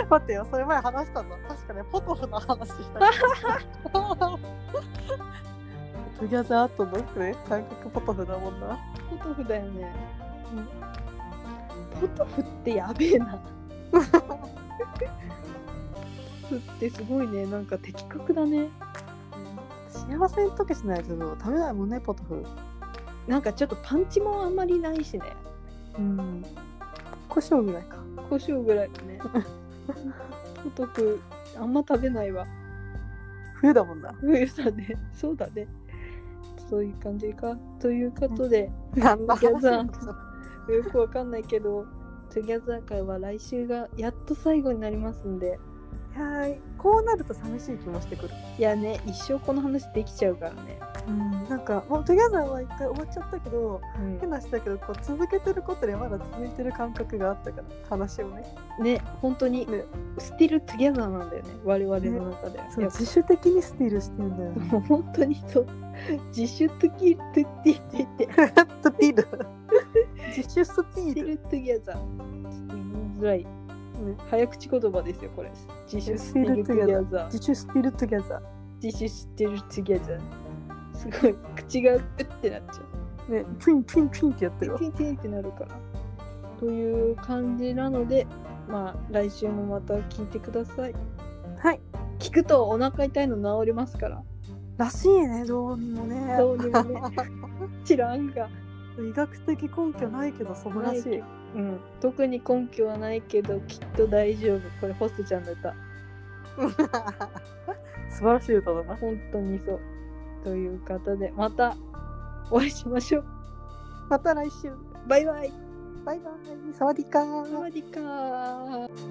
[SPEAKER 2] 待ってよそれ前話したんだ確かねポトフの話した (laughs) けどトゥギャザーとのね感覚ポトフだもんな
[SPEAKER 3] ポトフだよね、ポトフってやべえなポトフってすごいねなんか的確だね
[SPEAKER 2] 幸せの時しないと食べないもんねポトフ
[SPEAKER 3] なんかちょっとパンチもあんまりないしね
[SPEAKER 2] うん胡椒ぐらいか
[SPEAKER 3] 胡椒ぐらいねポトフあんま食べないわ
[SPEAKER 2] 冬だもんな
[SPEAKER 3] 冬だねそうだねそういう感じかということで、
[SPEAKER 2] なんだ
[SPEAKER 3] トゥギャザーよくわかんないけど「トゥギャザー会」は来週がやっと最後になりますんで
[SPEAKER 2] はいこうなると寂しい気もしてくる
[SPEAKER 3] いやね一生この話できちゃうからね
[SPEAKER 2] うんなんかもうトゥギャザーは一回終わっちゃったけど
[SPEAKER 8] うん
[SPEAKER 2] 変な話だけどこう続けてることでまだ続いてる感覚があったから話をね
[SPEAKER 3] ね本当に
[SPEAKER 2] ね
[SPEAKER 3] スティルトゥギャザーなんだよね我々の中で、
[SPEAKER 2] そう
[SPEAKER 3] いや
[SPEAKER 2] 自主的にスティールしてんだよね
[SPEAKER 3] もう本当にそう自主的トゥッティッティッテ
[SPEAKER 2] (laughs)
[SPEAKER 3] ィ
[SPEAKER 2] スティール自主スティ
[SPEAKER 3] ステ
[SPEAKER 2] ー
[SPEAKER 3] ィ
[SPEAKER 2] ル
[SPEAKER 3] ルトゥギャザーちょっと言いづらい、早口言葉ですよこれ自主スティルトゥギャザ
[SPEAKER 2] (laughs)
[SPEAKER 3] ー
[SPEAKER 2] 自主スティールトゥギャザ
[SPEAKER 3] 自主スティルトゥギャザーすごい口がうってなっちゃう
[SPEAKER 2] ーねプインプインプインってやってるわ
[SPEAKER 3] ティンティンってなるから。という感じなので、まあ来週もまた聞いてください。
[SPEAKER 2] はい。
[SPEAKER 3] 聞くとお腹痛いの治りますから。
[SPEAKER 2] らしいねどうにもね
[SPEAKER 3] どうにもね。知らんが。
[SPEAKER 2] 医学的根拠ないけどそうらし
[SPEAKER 3] ない
[SPEAKER 2] い
[SPEAKER 3] うん。特に根拠はないけどきっと大丈夫。これホストちゃんの歌。
[SPEAKER 2] (laughs) 素晴らしい歌だな
[SPEAKER 3] 本当にそう。という方でまたお会いしましょう。
[SPEAKER 2] また来週
[SPEAKER 3] バイバイ。
[SPEAKER 2] バイバイサワディーカー
[SPEAKER 3] サワディーカー。